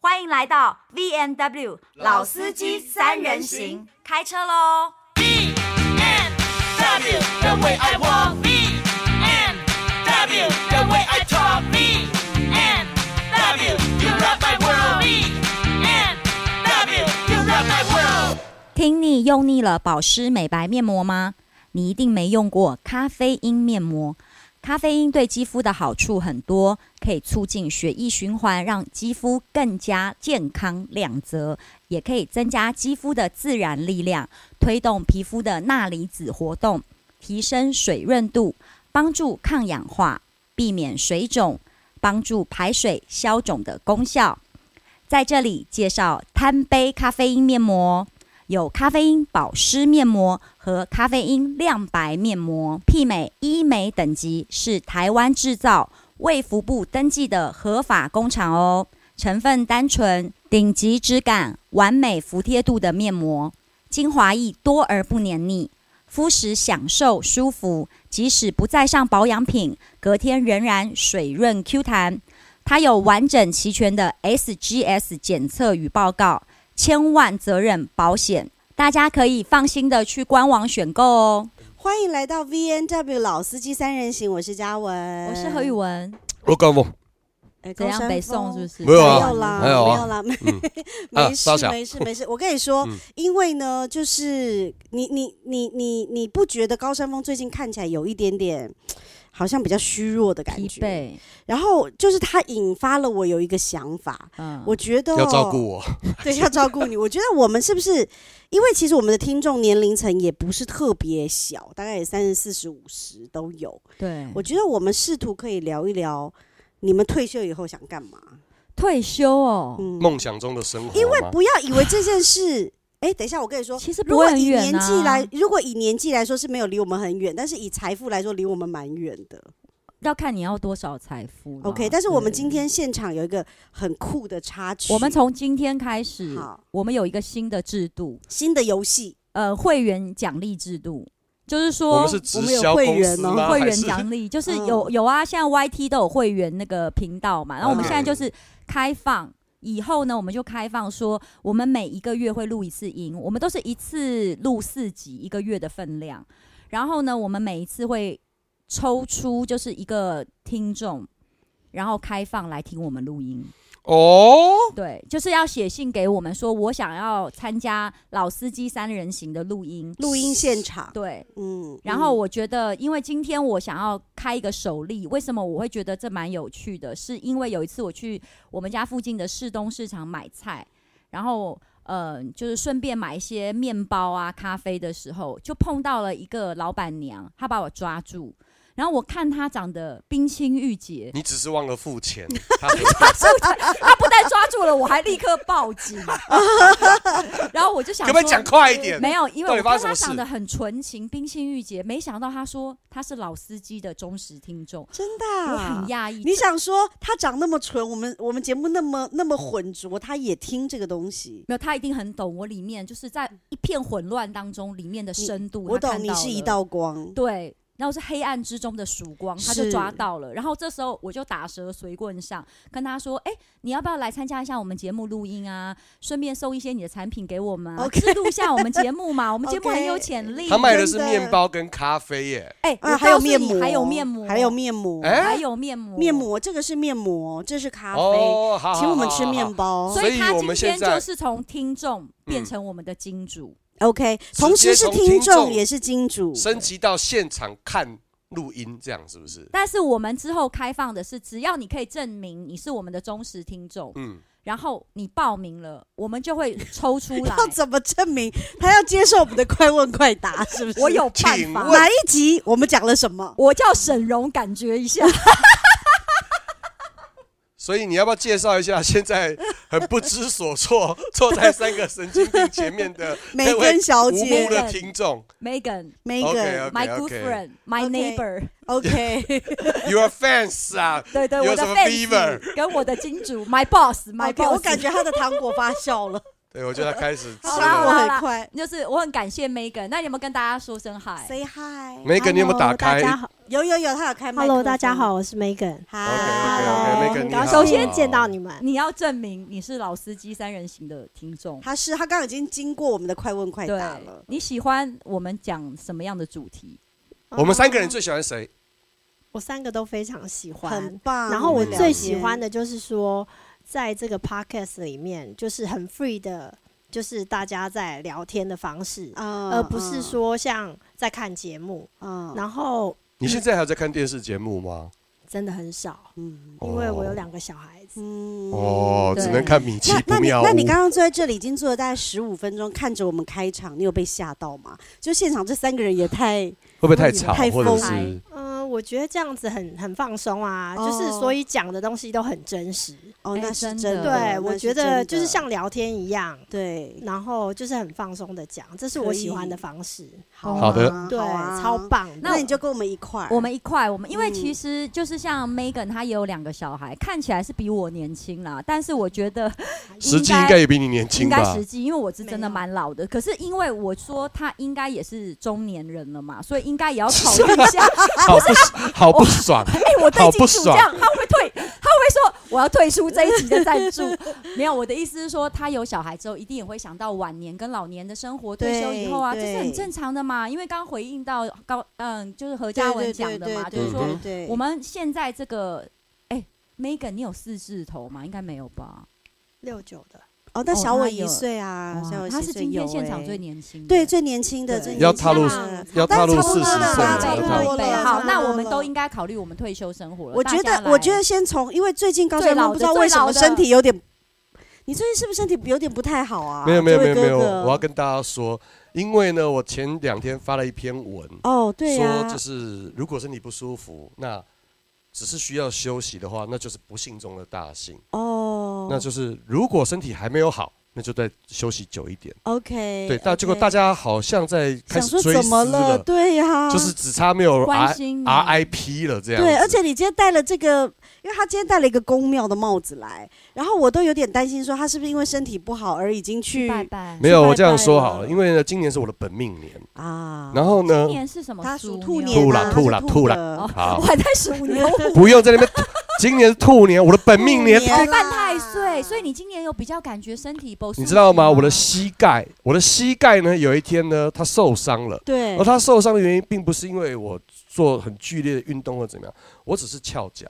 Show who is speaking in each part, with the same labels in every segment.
Speaker 1: 欢迎来到 V N W 老司机三人行，开车喽！
Speaker 2: B and W, the way I walk. B and W, the way I talk. B and W, you rock my world. B and W, you rock my world.
Speaker 1: 听腻用腻了保湿美白面膜吗？你一定没用过咖啡因面膜。咖啡因对肌肤的好处很多，可以促进血液循环，让肌肤更加健康亮泽，也可以增加肌肤的自然力量，推动皮肤的钠离子活动，提升水润度，帮助抗氧化，避免水肿，帮助排水消肿的功效。在这里介绍贪杯咖啡因面膜。有咖啡因保湿面膜和咖啡因亮白面膜，媲美医美等级，是台湾制造、卫福部登记的合法工厂哦。成分单纯、顶级质感、完美服帖度的面膜，精华液多而不黏腻，敷时享受舒服，即使不再上保养品，隔天仍然水润 Q 弹。它有完整齐全的 SGS 检测与报告。千万责任保险，大家可以放心的去官网选购哦。
Speaker 3: 欢迎来到 V N W 老司机三人行，我是嘉文，
Speaker 1: 我是何宇文，
Speaker 4: 我讲不，
Speaker 1: 怎
Speaker 3: 哎。高
Speaker 1: 样
Speaker 3: 山
Speaker 1: 北
Speaker 3: 峰
Speaker 1: 宋是不是？
Speaker 4: 没有啊
Speaker 3: 没有啦，
Speaker 4: 没有啊
Speaker 3: 啦，没
Speaker 4: 嗯啊
Speaker 3: 没事
Speaker 4: 稍嗯想
Speaker 3: 没事没事。我跟你说，因为呢，就是你你你你你不觉得高山峰最近看起来有一点点好像比较虚弱的感
Speaker 1: 疲
Speaker 3: 觉？
Speaker 1: 惫，
Speaker 3: 然后就是它引发了我有一个想法，
Speaker 1: 嗯，
Speaker 3: 我觉得
Speaker 4: 要照顾
Speaker 3: 我，
Speaker 4: 我，
Speaker 3: 对，要照顾你。我觉得我们是不是？因为其实我们的听众年龄层也不是特别小，大概也三十四十五十都有。
Speaker 1: 对，
Speaker 3: 我觉得我们试图可以聊一聊你们退休以后想干嘛。
Speaker 1: 退休哦，
Speaker 3: 嗯，
Speaker 4: 梦啊想中的生活吗。
Speaker 3: 因为不要以为这 件事，哎，等一下，我跟你说，
Speaker 1: 其实
Speaker 3: 如
Speaker 1: 不
Speaker 3: 果
Speaker 1: 会很
Speaker 3: 以
Speaker 1: 远
Speaker 3: 年
Speaker 1: 啊。
Speaker 3: 纪来，如果以年纪来说是没有离我们很远，但是以财富来说离我们蛮远的。
Speaker 1: 要看你要多少财富啦。
Speaker 3: OK，但是我们
Speaker 1: 对
Speaker 3: 今，天现场有一个很酷的插曲，
Speaker 1: 我们从今天开始，
Speaker 3: 好
Speaker 1: 我们有一个新的制度，
Speaker 3: 新的游戏，
Speaker 1: 呃，会员奖励制度，就是说
Speaker 4: 我们是直销公司
Speaker 3: 我们有会员哦
Speaker 4: 吗？
Speaker 1: 会员
Speaker 4: 还是
Speaker 1: 奖励，就是
Speaker 3: 嗯
Speaker 1: 有有啊，现在 YT 都有会员那个频道嘛，然后我们
Speaker 4: OK
Speaker 1: 现在就是开放。以后呢，我们就开放说，我们每一个月会录一次音，我们都是一次录四集，一个月的分量。然后呢，我们每一次会抽出就是一个听众，然后开放来听我们录音。
Speaker 4: 哦，
Speaker 1: 对，就是要写信给我们说，我想要参加老司机三人行的录音。
Speaker 3: 录音现场，
Speaker 1: 对，
Speaker 3: 嗯，
Speaker 1: 然后
Speaker 3: 嗯
Speaker 1: 我觉得，因为今天我想要开一个首例，为什么我会觉得这蛮有趣的？是因为有一次我去我们家附近的市东市场买菜，然后呃，就是顺便买一些面包啊、咖啡的时候，就碰到了一个老板娘，她把我抓住，然后我看她长得冰清玉洁，
Speaker 4: 你只是忘了付 钱，他
Speaker 1: 她不但抓住了我，还立刻报警， 然后我就想
Speaker 4: 可
Speaker 1: 说，
Speaker 4: 不可以讲快一点？
Speaker 1: 没有，因为
Speaker 4: 到底
Speaker 1: 我
Speaker 4: 发
Speaker 1: 看
Speaker 4: 生
Speaker 1: 他
Speaker 4: 什么
Speaker 1: 长
Speaker 4: 事
Speaker 1: 得很纯情、冰清玉洁，没想到他说他是老司机的忠实听众，
Speaker 3: 真的
Speaker 1: 我很
Speaker 3: 啊、
Speaker 1: 讶异。
Speaker 3: 你想说他长那么纯，我们我们节目那么那么浑浊，他也听这个东西。
Speaker 1: 没有，他一定很懂我里面就是在一片混乱当中里面的深度。
Speaker 3: 我
Speaker 1: 他
Speaker 3: 懂
Speaker 1: 看
Speaker 3: 你
Speaker 1: 到
Speaker 3: 是一
Speaker 1: 了
Speaker 3: 道光，
Speaker 1: 对，然后是黑暗之中的曙光，他就是抓到了。然后这时候我就打蛇随棍上，跟他说：“哎、你要不要来参加一下我们节目录音啊？顺便送一些你的产品给我们、啊，
Speaker 3: OK
Speaker 1: 制度一下我们节目嘛，我们节目很有
Speaker 3: OK
Speaker 1: 潜力。
Speaker 4: 他卖的
Speaker 3: 真
Speaker 4: 是
Speaker 3: 的
Speaker 4: 面包跟咖啡耶。
Speaker 1: 哎、
Speaker 3: 啊，
Speaker 1: 我
Speaker 3: 还有
Speaker 1: 告诉
Speaker 3: 面
Speaker 1: 你
Speaker 3: 膜，
Speaker 1: 还有面膜，
Speaker 3: 还有面膜，
Speaker 4: 哎
Speaker 1: 还有面膜，
Speaker 3: 面膜这个是面膜，这是咖啡，
Speaker 4: 哦，好，
Speaker 3: 请我们
Speaker 4: 好
Speaker 3: 吃面。包。
Speaker 1: 所以他
Speaker 4: 所以我
Speaker 1: 今
Speaker 4: 们
Speaker 1: 天
Speaker 4: 现在嗯
Speaker 1: 就是从听众变成我们的金主，
Speaker 3: OK，同时是
Speaker 4: 直接
Speaker 3: 听
Speaker 4: 从听
Speaker 3: 众
Speaker 4: 众
Speaker 3: 也是金主
Speaker 4: 好，升级到现场看录音，这样是不是？
Speaker 1: 但是我们之后开放的是，只要你可以证明你是我们的忠实听众，
Speaker 4: 嗯，
Speaker 1: 然后你报名了，我们就会抽 出来。
Speaker 3: 要怎么证明他要接受我们的快问快答？是不是？
Speaker 1: 我有办
Speaker 4: 请
Speaker 1: 法，
Speaker 4: 问
Speaker 3: 哪一集我们讲了什么？
Speaker 1: 我叫沈荣，感觉一 下。
Speaker 4: 所以你要不要介绍一下现在很不知所措， 坐在三个神经病前面 的
Speaker 3: 梅
Speaker 4: 那位
Speaker 3: 根小
Speaker 4: 无
Speaker 3: 姐
Speaker 4: 辜的听众
Speaker 1: Megan，my
Speaker 3: ，Megan，OK，
Speaker 1: good
Speaker 4: OK
Speaker 1: friend，my
Speaker 3: OK
Speaker 1: neighbor，
Speaker 4: ，Your fans 啊，
Speaker 1: 对对，
Speaker 4: 有
Speaker 1: 我的
Speaker 4: 什么
Speaker 1: fans 跟我的金主，my boss，my
Speaker 3: OK，我
Speaker 1: boss，
Speaker 3: 感觉他的糖果发酵了。
Speaker 4: 对，我觉得他开始 吃
Speaker 1: 好
Speaker 3: 啦
Speaker 1: 啦
Speaker 3: 我
Speaker 4: 了。
Speaker 1: 好
Speaker 3: 很
Speaker 1: 啦
Speaker 3: 快
Speaker 1: 就是我很感谢 Megan，那你有没有跟大家说声嗨？
Speaker 3: Say hi。
Speaker 4: Megan，你有没有打
Speaker 5: Hello，大
Speaker 4: 开？
Speaker 5: 家好
Speaker 3: 有有有，他有开麦克风。
Speaker 5: ，Hello，大家。好，我是 Megan。
Speaker 4: OK，OK，OK，
Speaker 3: 嗨
Speaker 5: Hello，
Speaker 4: Megan，
Speaker 5: 很
Speaker 4: 你
Speaker 5: 高
Speaker 4: 好
Speaker 5: 兴先见到你们。
Speaker 1: 你要证明你是老司机三人行的听众。
Speaker 3: 他是他刚刚已经经过我们的快问快
Speaker 1: 对
Speaker 3: 答了，，
Speaker 1: 你喜欢我们讲什么样的主题？
Speaker 4: 我们三个人
Speaker 5: 哦，
Speaker 4: 最喜欢谁？
Speaker 5: 我三个都非常喜
Speaker 3: 很
Speaker 5: 欢。
Speaker 3: 棒。
Speaker 5: 然后我
Speaker 3: 聊
Speaker 5: 最
Speaker 3: 天
Speaker 5: 喜欢的就是说，在这个 podcast 里面，就是很 free 的，就是大家在聊天的方式，
Speaker 3: 嗯
Speaker 5: 而不是
Speaker 3: 嗯
Speaker 5: 说像在看节目。
Speaker 3: 嗯
Speaker 5: 然后
Speaker 4: 你现在还有在看电视节目 吗？
Speaker 5: 真的很少，
Speaker 3: 嗯
Speaker 5: 因为我有两个小孩子。
Speaker 3: 嗯
Speaker 4: 哦，
Speaker 1: 对
Speaker 4: 只能看米奇
Speaker 3: 那
Speaker 4: 不
Speaker 3: 那你
Speaker 4: 妙
Speaker 3: 那你
Speaker 4: 屋
Speaker 3: 刚。刚坐在这里已经坐了大概十五分钟，看着我们开场，你有被吓到吗？就现场这三个人也太
Speaker 4: 会不会太吵
Speaker 3: 太，
Speaker 4: 或者
Speaker 3: 疯
Speaker 4: 是
Speaker 5: 嗯，我觉得这样子很很放松啊，
Speaker 3: 哦
Speaker 5: 就是所以讲的东西都很真实。
Speaker 3: 哦，
Speaker 1: 哎
Speaker 3: 那是
Speaker 1: 真的
Speaker 3: 真的。那
Speaker 5: 对，
Speaker 3: 是
Speaker 5: 我觉
Speaker 3: 真
Speaker 5: 得
Speaker 3: 的
Speaker 5: 就是像聊天一样，
Speaker 3: 对，
Speaker 5: 然后就是很放松的讲，这是我
Speaker 3: 可
Speaker 5: 喜欢
Speaker 3: 以
Speaker 5: 的方式。
Speaker 3: 好
Speaker 4: 好的
Speaker 3: 啊
Speaker 5: 对，
Speaker 3: 好啊
Speaker 5: 超棒的。
Speaker 3: 那你就跟我们一块儿，
Speaker 1: 我们一块，我们因为
Speaker 3: 哎嗯
Speaker 1: 其实就是像 Megan，她也有两个小孩，看起来是比我年轻啦，但是我觉得
Speaker 4: 实际应该也比你年轻
Speaker 1: 应该
Speaker 4: 吧
Speaker 1: 实？际，因为我是真的
Speaker 5: 没有
Speaker 1: 蛮老的。可是因为我说她应该也是中年人了嘛，所以应该也要考虑一下。
Speaker 4: 好不 好不 爽，
Speaker 1: 哎、我对
Speaker 4: 好
Speaker 1: 金
Speaker 4: 不
Speaker 1: 主
Speaker 4: 爽
Speaker 1: 这样，他会不会退？他会不会说我要退出这一集的赞助？ 没有，我的意思是说，他有小孩之后，一定也会想到晚年跟老年的生活，退休以后啊，这
Speaker 3: 对
Speaker 1: 是很正常的嘛。因为刚刚回应到高，嗯，就是何嘉文讲的嘛，
Speaker 3: 对
Speaker 1: 就是
Speaker 3: 对
Speaker 1: 说
Speaker 4: 嗯
Speaker 3: 对对，
Speaker 1: 我们现在这个，哎、m e g a n 你有四字头吗？应该没有吧？
Speaker 5: 六九的，
Speaker 3: 哦，但
Speaker 1: 哦
Speaker 3: 小我
Speaker 1: 他
Speaker 3: 一
Speaker 1: 有
Speaker 3: 岁啊，小我
Speaker 1: 哇
Speaker 3: 一
Speaker 1: 他是
Speaker 3: 岁
Speaker 1: 今天
Speaker 3: 有
Speaker 1: 现场
Speaker 3: 欸
Speaker 1: 最年轻的，
Speaker 3: 对最年轻的，
Speaker 5: 对
Speaker 3: 最
Speaker 4: 要
Speaker 3: 年
Speaker 4: 踏
Speaker 3: 轻
Speaker 4: 入
Speaker 3: 的
Speaker 4: 要踏入
Speaker 3: 但差不
Speaker 4: 四
Speaker 3: 多
Speaker 4: 十
Speaker 3: 了
Speaker 4: 岁
Speaker 3: 吧
Speaker 4: 了，
Speaker 3: 差不
Speaker 4: 差
Speaker 3: 多
Speaker 1: 准
Speaker 4: 不多
Speaker 1: 备好，
Speaker 3: 差不
Speaker 1: 那我
Speaker 3: 多
Speaker 1: 们
Speaker 3: 了
Speaker 1: 都应该考虑我们退休生活了。
Speaker 3: 我觉
Speaker 1: 大家
Speaker 3: 得，
Speaker 1: 来
Speaker 3: 我觉得先从，因为最近高
Speaker 1: 最
Speaker 3: 山峰
Speaker 1: 老
Speaker 3: 不知
Speaker 1: 的
Speaker 3: 道
Speaker 1: 最
Speaker 3: 为什
Speaker 1: 老
Speaker 3: 么
Speaker 1: 的
Speaker 3: 身体有点，你最近是不是身体有点不太好啊？
Speaker 4: 没有没有
Speaker 3: 这
Speaker 4: 没
Speaker 3: 位
Speaker 4: 有没有，
Speaker 3: 哥哥
Speaker 4: 我要跟大家说，因为呢，我前两天发了一篇文，
Speaker 3: 哦，对呀
Speaker 4: 说，就是如果身体不舒服，那只是需要休息的话，那就是不幸中的大幸。
Speaker 3: 哦，
Speaker 4: 那就是如果身体还没有好，那就再休息久一点。
Speaker 3: OK，
Speaker 4: 对，但结果大家好像在开
Speaker 3: 哎想
Speaker 4: 始
Speaker 3: 说
Speaker 4: 追
Speaker 3: 怎么
Speaker 4: 思
Speaker 3: 了？
Speaker 4: 了，
Speaker 3: 对呀，
Speaker 4: 就是只差没有 R
Speaker 1: 关心你
Speaker 4: RIP 了这样子。
Speaker 3: 对，而且你今天戴了这个，因为他今天戴了一个公庙的帽子来，然后我都有点担心，说他是不是因为身体不好而已经去
Speaker 1: 拜拜。
Speaker 4: 没有，我这样
Speaker 3: 拜拜
Speaker 4: 说
Speaker 3: 了
Speaker 4: 好了，因为呢，今年是我的本命年，
Speaker 3: 啊？
Speaker 4: 然后呢
Speaker 1: 今，年是什么？
Speaker 3: 他
Speaker 1: 鼠
Speaker 3: 属兔
Speaker 1: 牛
Speaker 3: 年
Speaker 4: 兔
Speaker 3: 啊，
Speaker 4: 啦
Speaker 3: 他是
Speaker 4: 兔啦兔啦
Speaker 3: 的
Speaker 1: 哦
Speaker 4: 好
Speaker 1: 我，还在数牛虎
Speaker 4: 不用在那边， 今年是兔年，我的本命年
Speaker 3: 兔，年啊
Speaker 1: 哎犯太岁，所以你今年有比较感觉身体不舒服？
Speaker 4: 你知道吗？我的膝盖，我的膝盖呢，有一天呢，它受伤了，
Speaker 3: 对
Speaker 4: 而，它受伤的原因并不是因为我做很剧烈的运动或怎么样，我只是翘脚。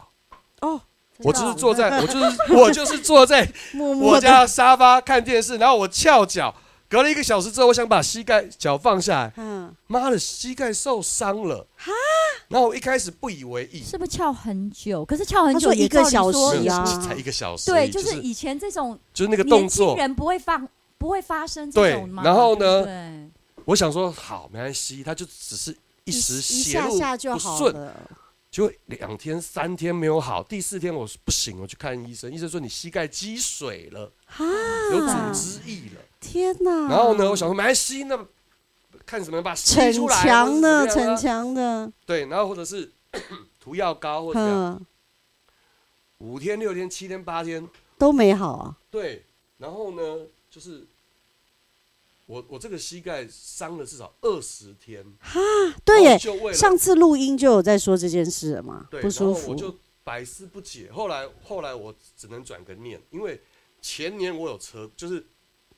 Speaker 3: 哦，
Speaker 4: 我只是坐在，我就是我就是坐在
Speaker 3: 默默
Speaker 4: 我
Speaker 3: 的
Speaker 4: 家沙发看电视，然后我翘脚，隔了一个小时之后，我想把膝盖脚放下来，
Speaker 3: 嗯，
Speaker 4: 妈的，膝盖受伤了。然后我一开始不以为意，
Speaker 1: 是不是翘很久？可是翘很
Speaker 3: 他
Speaker 1: 久
Speaker 3: 说
Speaker 1: 也
Speaker 3: 一个
Speaker 1: 照理
Speaker 3: 小
Speaker 1: 说
Speaker 3: 时
Speaker 1: 也
Speaker 3: 啊
Speaker 1: 是
Speaker 4: 才一个小时而
Speaker 1: 对，
Speaker 4: 已，
Speaker 1: 就
Speaker 4: 就是是
Speaker 1: 以前这种
Speaker 4: 就是那个动
Speaker 1: 年轻
Speaker 4: 作。
Speaker 1: 人不会放，不会发生这
Speaker 4: 对
Speaker 1: 种嘛。
Speaker 4: 然后呢
Speaker 1: 对
Speaker 4: 我想说好，没关系，他就只是一时
Speaker 3: 一
Speaker 4: 血
Speaker 3: 下
Speaker 4: 路
Speaker 3: 下就
Speaker 4: 不
Speaker 3: 好
Speaker 4: 顺，
Speaker 3: 了。
Speaker 4: 就两天三天没有好，第四天我说不行，我去看医生，医生说你膝盖积水了，
Speaker 3: 啊，
Speaker 4: 有组织液了。
Speaker 3: 天哪！
Speaker 4: 然后呢，我想说没关系，那看什么把它吸出
Speaker 3: 逞
Speaker 4: 来，
Speaker 3: 强
Speaker 4: 的
Speaker 3: 的，逞强的，
Speaker 4: 对，然后或者是 涂药膏或者怎么样
Speaker 3: 嗯，
Speaker 4: 五天六天七天八天，
Speaker 3: 都没好啊。
Speaker 4: 对，然后呢就是我我这个膝盖伤了至少二十天，
Speaker 3: 对
Speaker 4: 然后
Speaker 3: 耶，
Speaker 4: 就为了
Speaker 3: 上次录音就有在说这件事了嘛，
Speaker 4: 对，
Speaker 3: 不舒
Speaker 4: 然后
Speaker 3: 服
Speaker 4: 我。就百思不解。后来后来我只能转个念，因为前年我有车，就是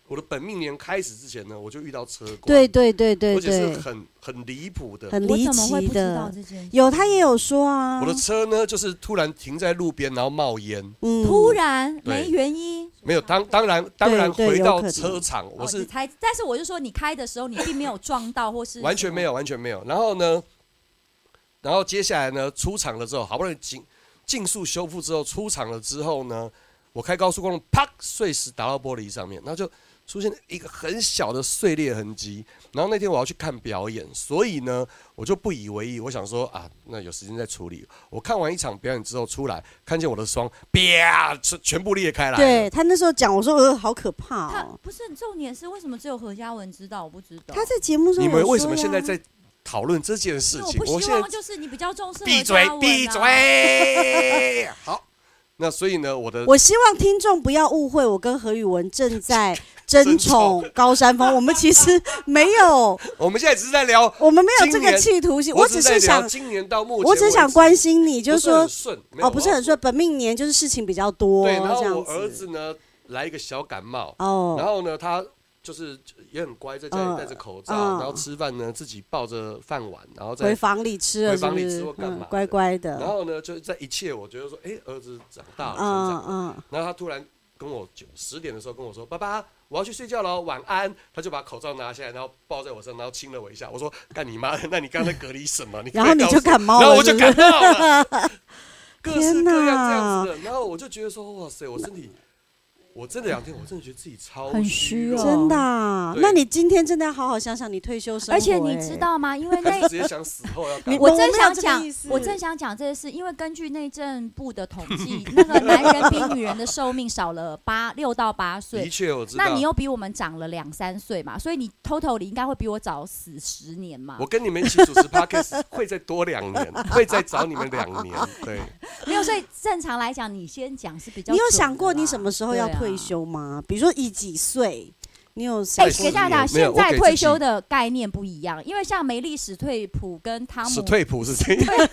Speaker 4: 我的本命年开始之前呢，我就遇到车祸，
Speaker 3: 对对对对
Speaker 4: 而且
Speaker 3: 对
Speaker 4: 是，很很离谱的。
Speaker 3: 很
Speaker 1: 我
Speaker 3: 离
Speaker 1: 怎么会
Speaker 3: 奇
Speaker 1: 不知道
Speaker 3: 的。
Speaker 1: 这件事？
Speaker 3: 有他也有说啊，
Speaker 4: 我的车呢，就是突然停在路边，然后冒烟。
Speaker 3: 嗯
Speaker 1: 突然没
Speaker 4: 对
Speaker 1: 原因，
Speaker 4: 没有，当当然当然
Speaker 3: 对对
Speaker 4: 回
Speaker 3: 有可
Speaker 4: 到
Speaker 3: 能
Speaker 4: 车场，我
Speaker 1: 哦
Speaker 4: 是
Speaker 1: 你猜，但是我就说你开的时候你并没有撞到，或是
Speaker 4: 完全没
Speaker 1: 有。
Speaker 4: 有，完全没有。然后呢，然后接下来呢，出厂了之后，好不容易尽尽速修复之后，出厂了之后呢，我开高速公路，啪，碎石打到玻璃上面，然后就出现一个很小的碎裂痕迹。然后那天我要去看表演，所以呢，我就不以为意，我想说啊，那有时间再处理。我看完一场表演之后出来，看见我的双，啪，全全部裂开来了。
Speaker 3: 对他那时候讲，我说呃，好可怕
Speaker 1: 他
Speaker 3: 哦。
Speaker 1: 不是重点是为什么只有何嘉文知道，我不知道。
Speaker 3: 他在节目上
Speaker 4: 你
Speaker 3: 有说呀，
Speaker 4: 们为什么现在在讨论这件事
Speaker 1: 因为
Speaker 4: 情？
Speaker 1: 我不
Speaker 4: 我
Speaker 1: 希
Speaker 4: 现在
Speaker 1: 啊望就是你比较重视何
Speaker 4: 闭
Speaker 1: 嘉文
Speaker 4: 嘴
Speaker 1: 啊，
Speaker 4: 闭嘴！好，那所以呢，我的
Speaker 3: 我希望听众不要误会，我跟何宇文正 在争宠高山峰，我们其实没 有，
Speaker 4: 我们现在只是在聊，
Speaker 3: 我们没有这
Speaker 4: 今年
Speaker 3: 个企图心，
Speaker 4: 我
Speaker 3: 只
Speaker 4: 在
Speaker 3: 是
Speaker 4: 聊
Speaker 3: 想，
Speaker 4: 今年到目前为止，
Speaker 3: 我只想关心你，
Speaker 4: 不
Speaker 3: 就是是说
Speaker 4: 很顺
Speaker 3: 哦，不是很。顺，本命年就是事情比较多，
Speaker 4: 没有对，然后
Speaker 3: 这样
Speaker 4: 我儿子呢来一个小感冒，然
Speaker 3: 哦，
Speaker 4: 后呢他就是也很乖，在家里戴着口罩，
Speaker 3: 嗯嗯
Speaker 4: 然后吃饭呢自己抱着饭碗，然后
Speaker 3: 回
Speaker 4: 再。
Speaker 3: 房里吃了
Speaker 4: 回
Speaker 3: 是
Speaker 4: 房
Speaker 3: 不
Speaker 4: 里吃
Speaker 3: 是
Speaker 4: 或？干嘛
Speaker 3: 嗯
Speaker 4: 的，
Speaker 3: 乖乖
Speaker 4: 然
Speaker 3: 的，
Speaker 4: 后呢，就是在一切，我觉得说，哎，儿子长大了，成长
Speaker 3: 嗯
Speaker 4: 了
Speaker 3: 嗯，
Speaker 4: 然后他突然跟我九十点的时候跟我说：“爸爸，我要去睡觉了，晚安。”他就把口罩拿下来，然后抱在我身上，然后亲了我一下。我说：“干你妈！那你刚才隔离什么？你
Speaker 3: 嗯然后你就
Speaker 4: 感
Speaker 3: 感冒了，
Speaker 4: 然后我就感
Speaker 3: 是不是
Speaker 4: 冒了，各式
Speaker 3: 天
Speaker 4: 各
Speaker 3: 哪
Speaker 4: 样这样子的。然后我就觉得说：“哇塞，我身体，我这两天我真的觉得自己超
Speaker 1: 很虚
Speaker 4: 虚
Speaker 1: 哦
Speaker 3: 真的啊。
Speaker 4: 对
Speaker 3: 那你今天真的要好好想想你退休生活，
Speaker 1: 而且你
Speaker 3: 哎
Speaker 4: 欸
Speaker 1: 知。道吗？因为
Speaker 4: 他
Speaker 1: 那
Speaker 4: 就直接想死后要干
Speaker 3: 你
Speaker 4: 嘛
Speaker 1: 我正
Speaker 3: 没有
Speaker 1: 想
Speaker 3: 这个
Speaker 1: 讲
Speaker 3: 意思，
Speaker 1: 我正想讲这件事，因为根据内政部的 统计，那个男人比女人的寿命少了八六到八
Speaker 4: 的
Speaker 1: 岁。
Speaker 4: 确，我知道
Speaker 1: 那。你又比我们长了两三岁嘛，所以你 total 你应该会比我早死十年嘛
Speaker 4: 我。跟你们一起主持 podcast 会再多两年，会再找你们两年。对，
Speaker 1: 没有，所以正常来讲，你先讲是比较。
Speaker 3: 你有想过你什么时候
Speaker 1: 啊
Speaker 3: 要退？休吗？比如说以几岁？你有
Speaker 1: 哎、
Speaker 3: 想
Speaker 4: 对
Speaker 1: 给大
Speaker 4: 没
Speaker 1: 家
Speaker 4: 有
Speaker 1: 现
Speaker 4: 我给
Speaker 1: 在
Speaker 4: 自
Speaker 1: 退
Speaker 4: 己
Speaker 1: 休的概念不一样，因为像梅丽史退普跟汤姆
Speaker 4: 史，退普是这样，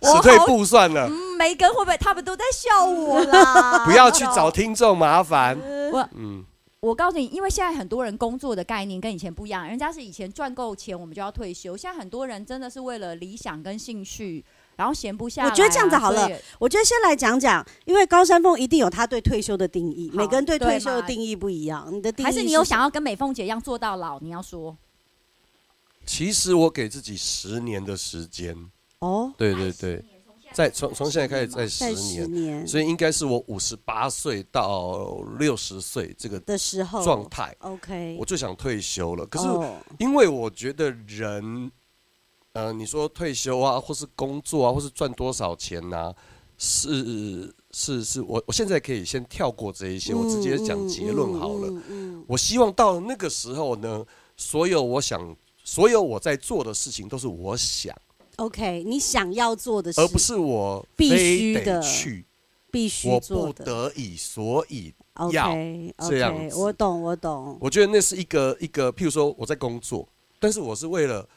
Speaker 1: 我
Speaker 4: 史退
Speaker 1: 好
Speaker 4: 步算了。
Speaker 1: 嗯，梅根会不会他们都在笑我啦？
Speaker 4: 不要去找听众麻烦。
Speaker 1: 我
Speaker 4: 嗯，
Speaker 1: 我告诉你，因为现在很多人工作的概念跟以前不一样，人家是以前赚够钱我们就要退休，现在很多人真的是为了理想跟兴趣，然后闲不下来啊、
Speaker 3: 我觉得这样子好了
Speaker 1: 所以
Speaker 3: 我觉得先来讲讲，因为高山峰一定有他对退休的定义，
Speaker 1: 好
Speaker 3: 每个人对退休
Speaker 1: 对
Speaker 3: 的
Speaker 1: 嘛
Speaker 3: 定义不一样。你的定义
Speaker 1: 还是你有
Speaker 3: 什么
Speaker 1: 想要跟美凤姐一样做到老？你要说
Speaker 4: 其实我给自己十年的时间，
Speaker 3: 哦，
Speaker 4: 对对对，在从从现在开始在十
Speaker 3: 在十
Speaker 4: 年，
Speaker 3: 年
Speaker 4: 所以应该是我五十八岁到六十岁这个
Speaker 3: 的时候
Speaker 4: 状态，
Speaker 3: ，OK
Speaker 4: 我。就想退休了。可是
Speaker 3: 哦
Speaker 4: 因为我觉得人，呃，你说退休啊，或是工作啊，或是赚多少钱呐、是是是，我我现在可以先跳过这一些，我直接讲结论好了。。
Speaker 3: 嗯嗯嗯
Speaker 4: 我希望到那个时候呢，所有我想，所有我在做的事情都是我想，
Speaker 3: ，OK，你想要做的事，
Speaker 4: 而不是我
Speaker 3: 必
Speaker 4: 非
Speaker 3: 须
Speaker 4: 得
Speaker 3: 的
Speaker 4: 去，
Speaker 3: 必须
Speaker 4: 我不
Speaker 3: 做的。
Speaker 4: 得已，所以
Speaker 3: OK，
Speaker 4: 这样
Speaker 3: OK，
Speaker 4: 子
Speaker 3: 我懂，我懂。
Speaker 4: 我觉得那是一个一个，譬如说我在工作，但是我是为了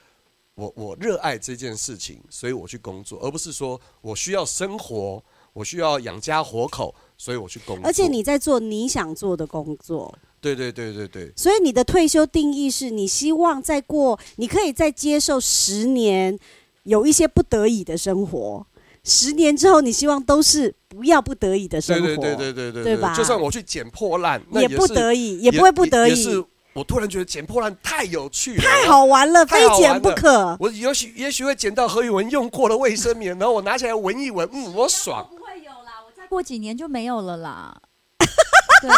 Speaker 4: 我我热爱这件事情，所以我去工作，而不是说我需要生活，我需要养家活口，所以我去工作。
Speaker 3: 而且你在做你想做的工作，
Speaker 4: 对对对对对，
Speaker 3: 所以你的退休定义是你希望再过，你可以再接受十年有一些不得已的生活，十年之后你希望都是不要不得已的生
Speaker 4: 对
Speaker 3: 活，
Speaker 4: 对对对对对
Speaker 3: 对吧
Speaker 4: 就算我去捡破烂，那
Speaker 3: 也
Speaker 4: 是
Speaker 3: 不得已，也不会不得
Speaker 4: 也是
Speaker 3: 已，
Speaker 4: 我突然觉得捡破烂太有趣了，
Speaker 3: 太。好玩了，
Speaker 4: 太
Speaker 3: 非
Speaker 4: 好玩
Speaker 3: 减不
Speaker 4: 了
Speaker 3: 可。
Speaker 4: 我也许也许会捡到何宇文用过的卫生棉，然后我拿起来闻一闻，嗯，我爽。
Speaker 1: 不会有啦，我再过几年就没有了 啦。对，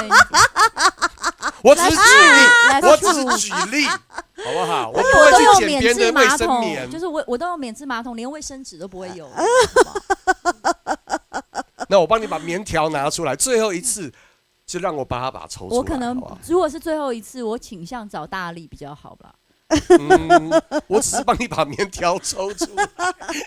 Speaker 4: 我只是举
Speaker 1: 来
Speaker 4: 例，
Speaker 1: 吧
Speaker 4: 我只是举例，好不好？我不
Speaker 1: 我都
Speaker 4: 会
Speaker 1: 有
Speaker 4: 去捡别
Speaker 1: 免治
Speaker 4: 人的卫
Speaker 1: 马
Speaker 4: 生
Speaker 1: 桶，
Speaker 4: 棉
Speaker 1: 就。是我我都有免治马桶，连卫生纸都不会有了。
Speaker 3: 啊
Speaker 4: 那我帮你把棉条拿出来，最后一次就让我把它把它抽出来。
Speaker 1: 我可能
Speaker 4: 好不好
Speaker 1: 如果是最后一次，我倾向找大力比较好吧。
Speaker 4: 嗯，我只是帮你把棉条抽出来，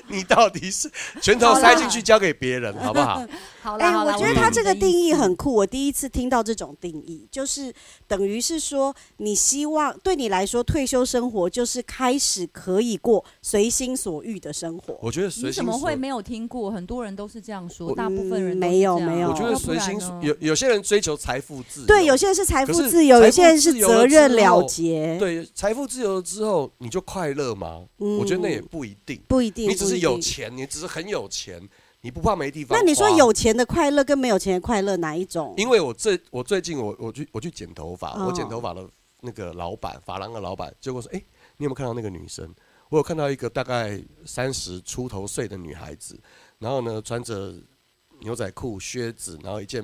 Speaker 4: 你到底是拳头塞进去交给别人，好 不好？
Speaker 1: 好啦，
Speaker 3: 哎、
Speaker 1: 好
Speaker 3: 我
Speaker 1: 啦，
Speaker 3: 觉得他
Speaker 1: 懂
Speaker 3: 这
Speaker 1: 你
Speaker 3: 个
Speaker 1: 的
Speaker 3: 定
Speaker 1: 意
Speaker 3: 义
Speaker 1: 思
Speaker 3: 很酷，我第一次听到这种定义，就是等于是说，你希望对你来说，退休生活就是开始可以过随心所欲的生活。
Speaker 4: 我觉得随
Speaker 1: 你怎
Speaker 4: 心
Speaker 1: 么
Speaker 4: 所
Speaker 1: 会
Speaker 4: 欲。
Speaker 1: 没有听过？很多人都是这样说，
Speaker 4: 我
Speaker 1: 大部分人
Speaker 3: 嗯
Speaker 1: 都是
Speaker 3: 没有
Speaker 1: 这样
Speaker 3: 没有
Speaker 4: 我觉得
Speaker 1: 要不
Speaker 4: 随
Speaker 1: 然
Speaker 4: 心
Speaker 1: 呢
Speaker 4: 有有些人追求财富自由，
Speaker 3: 对，有些人是财
Speaker 4: 可
Speaker 3: 富
Speaker 4: 是
Speaker 3: 自由，
Speaker 4: 财
Speaker 3: 有些
Speaker 4: 富
Speaker 3: 人
Speaker 4: 自
Speaker 3: 是
Speaker 4: 由了
Speaker 3: 责
Speaker 4: 之
Speaker 3: 任了
Speaker 4: 后
Speaker 3: 结。
Speaker 4: 对财富自由了之后，你就快乐吗？
Speaker 3: 嗯
Speaker 4: 我觉得那也不一定。
Speaker 3: 不一定，
Speaker 4: 你只
Speaker 3: 不
Speaker 4: 是
Speaker 3: 一
Speaker 4: 有
Speaker 3: 定。
Speaker 4: 钱，你只是很有钱，你不怕没地方
Speaker 3: 那
Speaker 4: 花。
Speaker 3: 你说有钱的快乐跟没有钱的快乐哪一种？
Speaker 4: 因为我最我最近我我去我去剪头发，
Speaker 1: 嗯
Speaker 3: 哦
Speaker 4: 我剪头发的那个老板，发廊的老板，结果说，哎、你有没有看到那个女生？我有看到一个大概三十出头岁的女孩子，然后呢，穿着牛仔裤、靴子，然后一件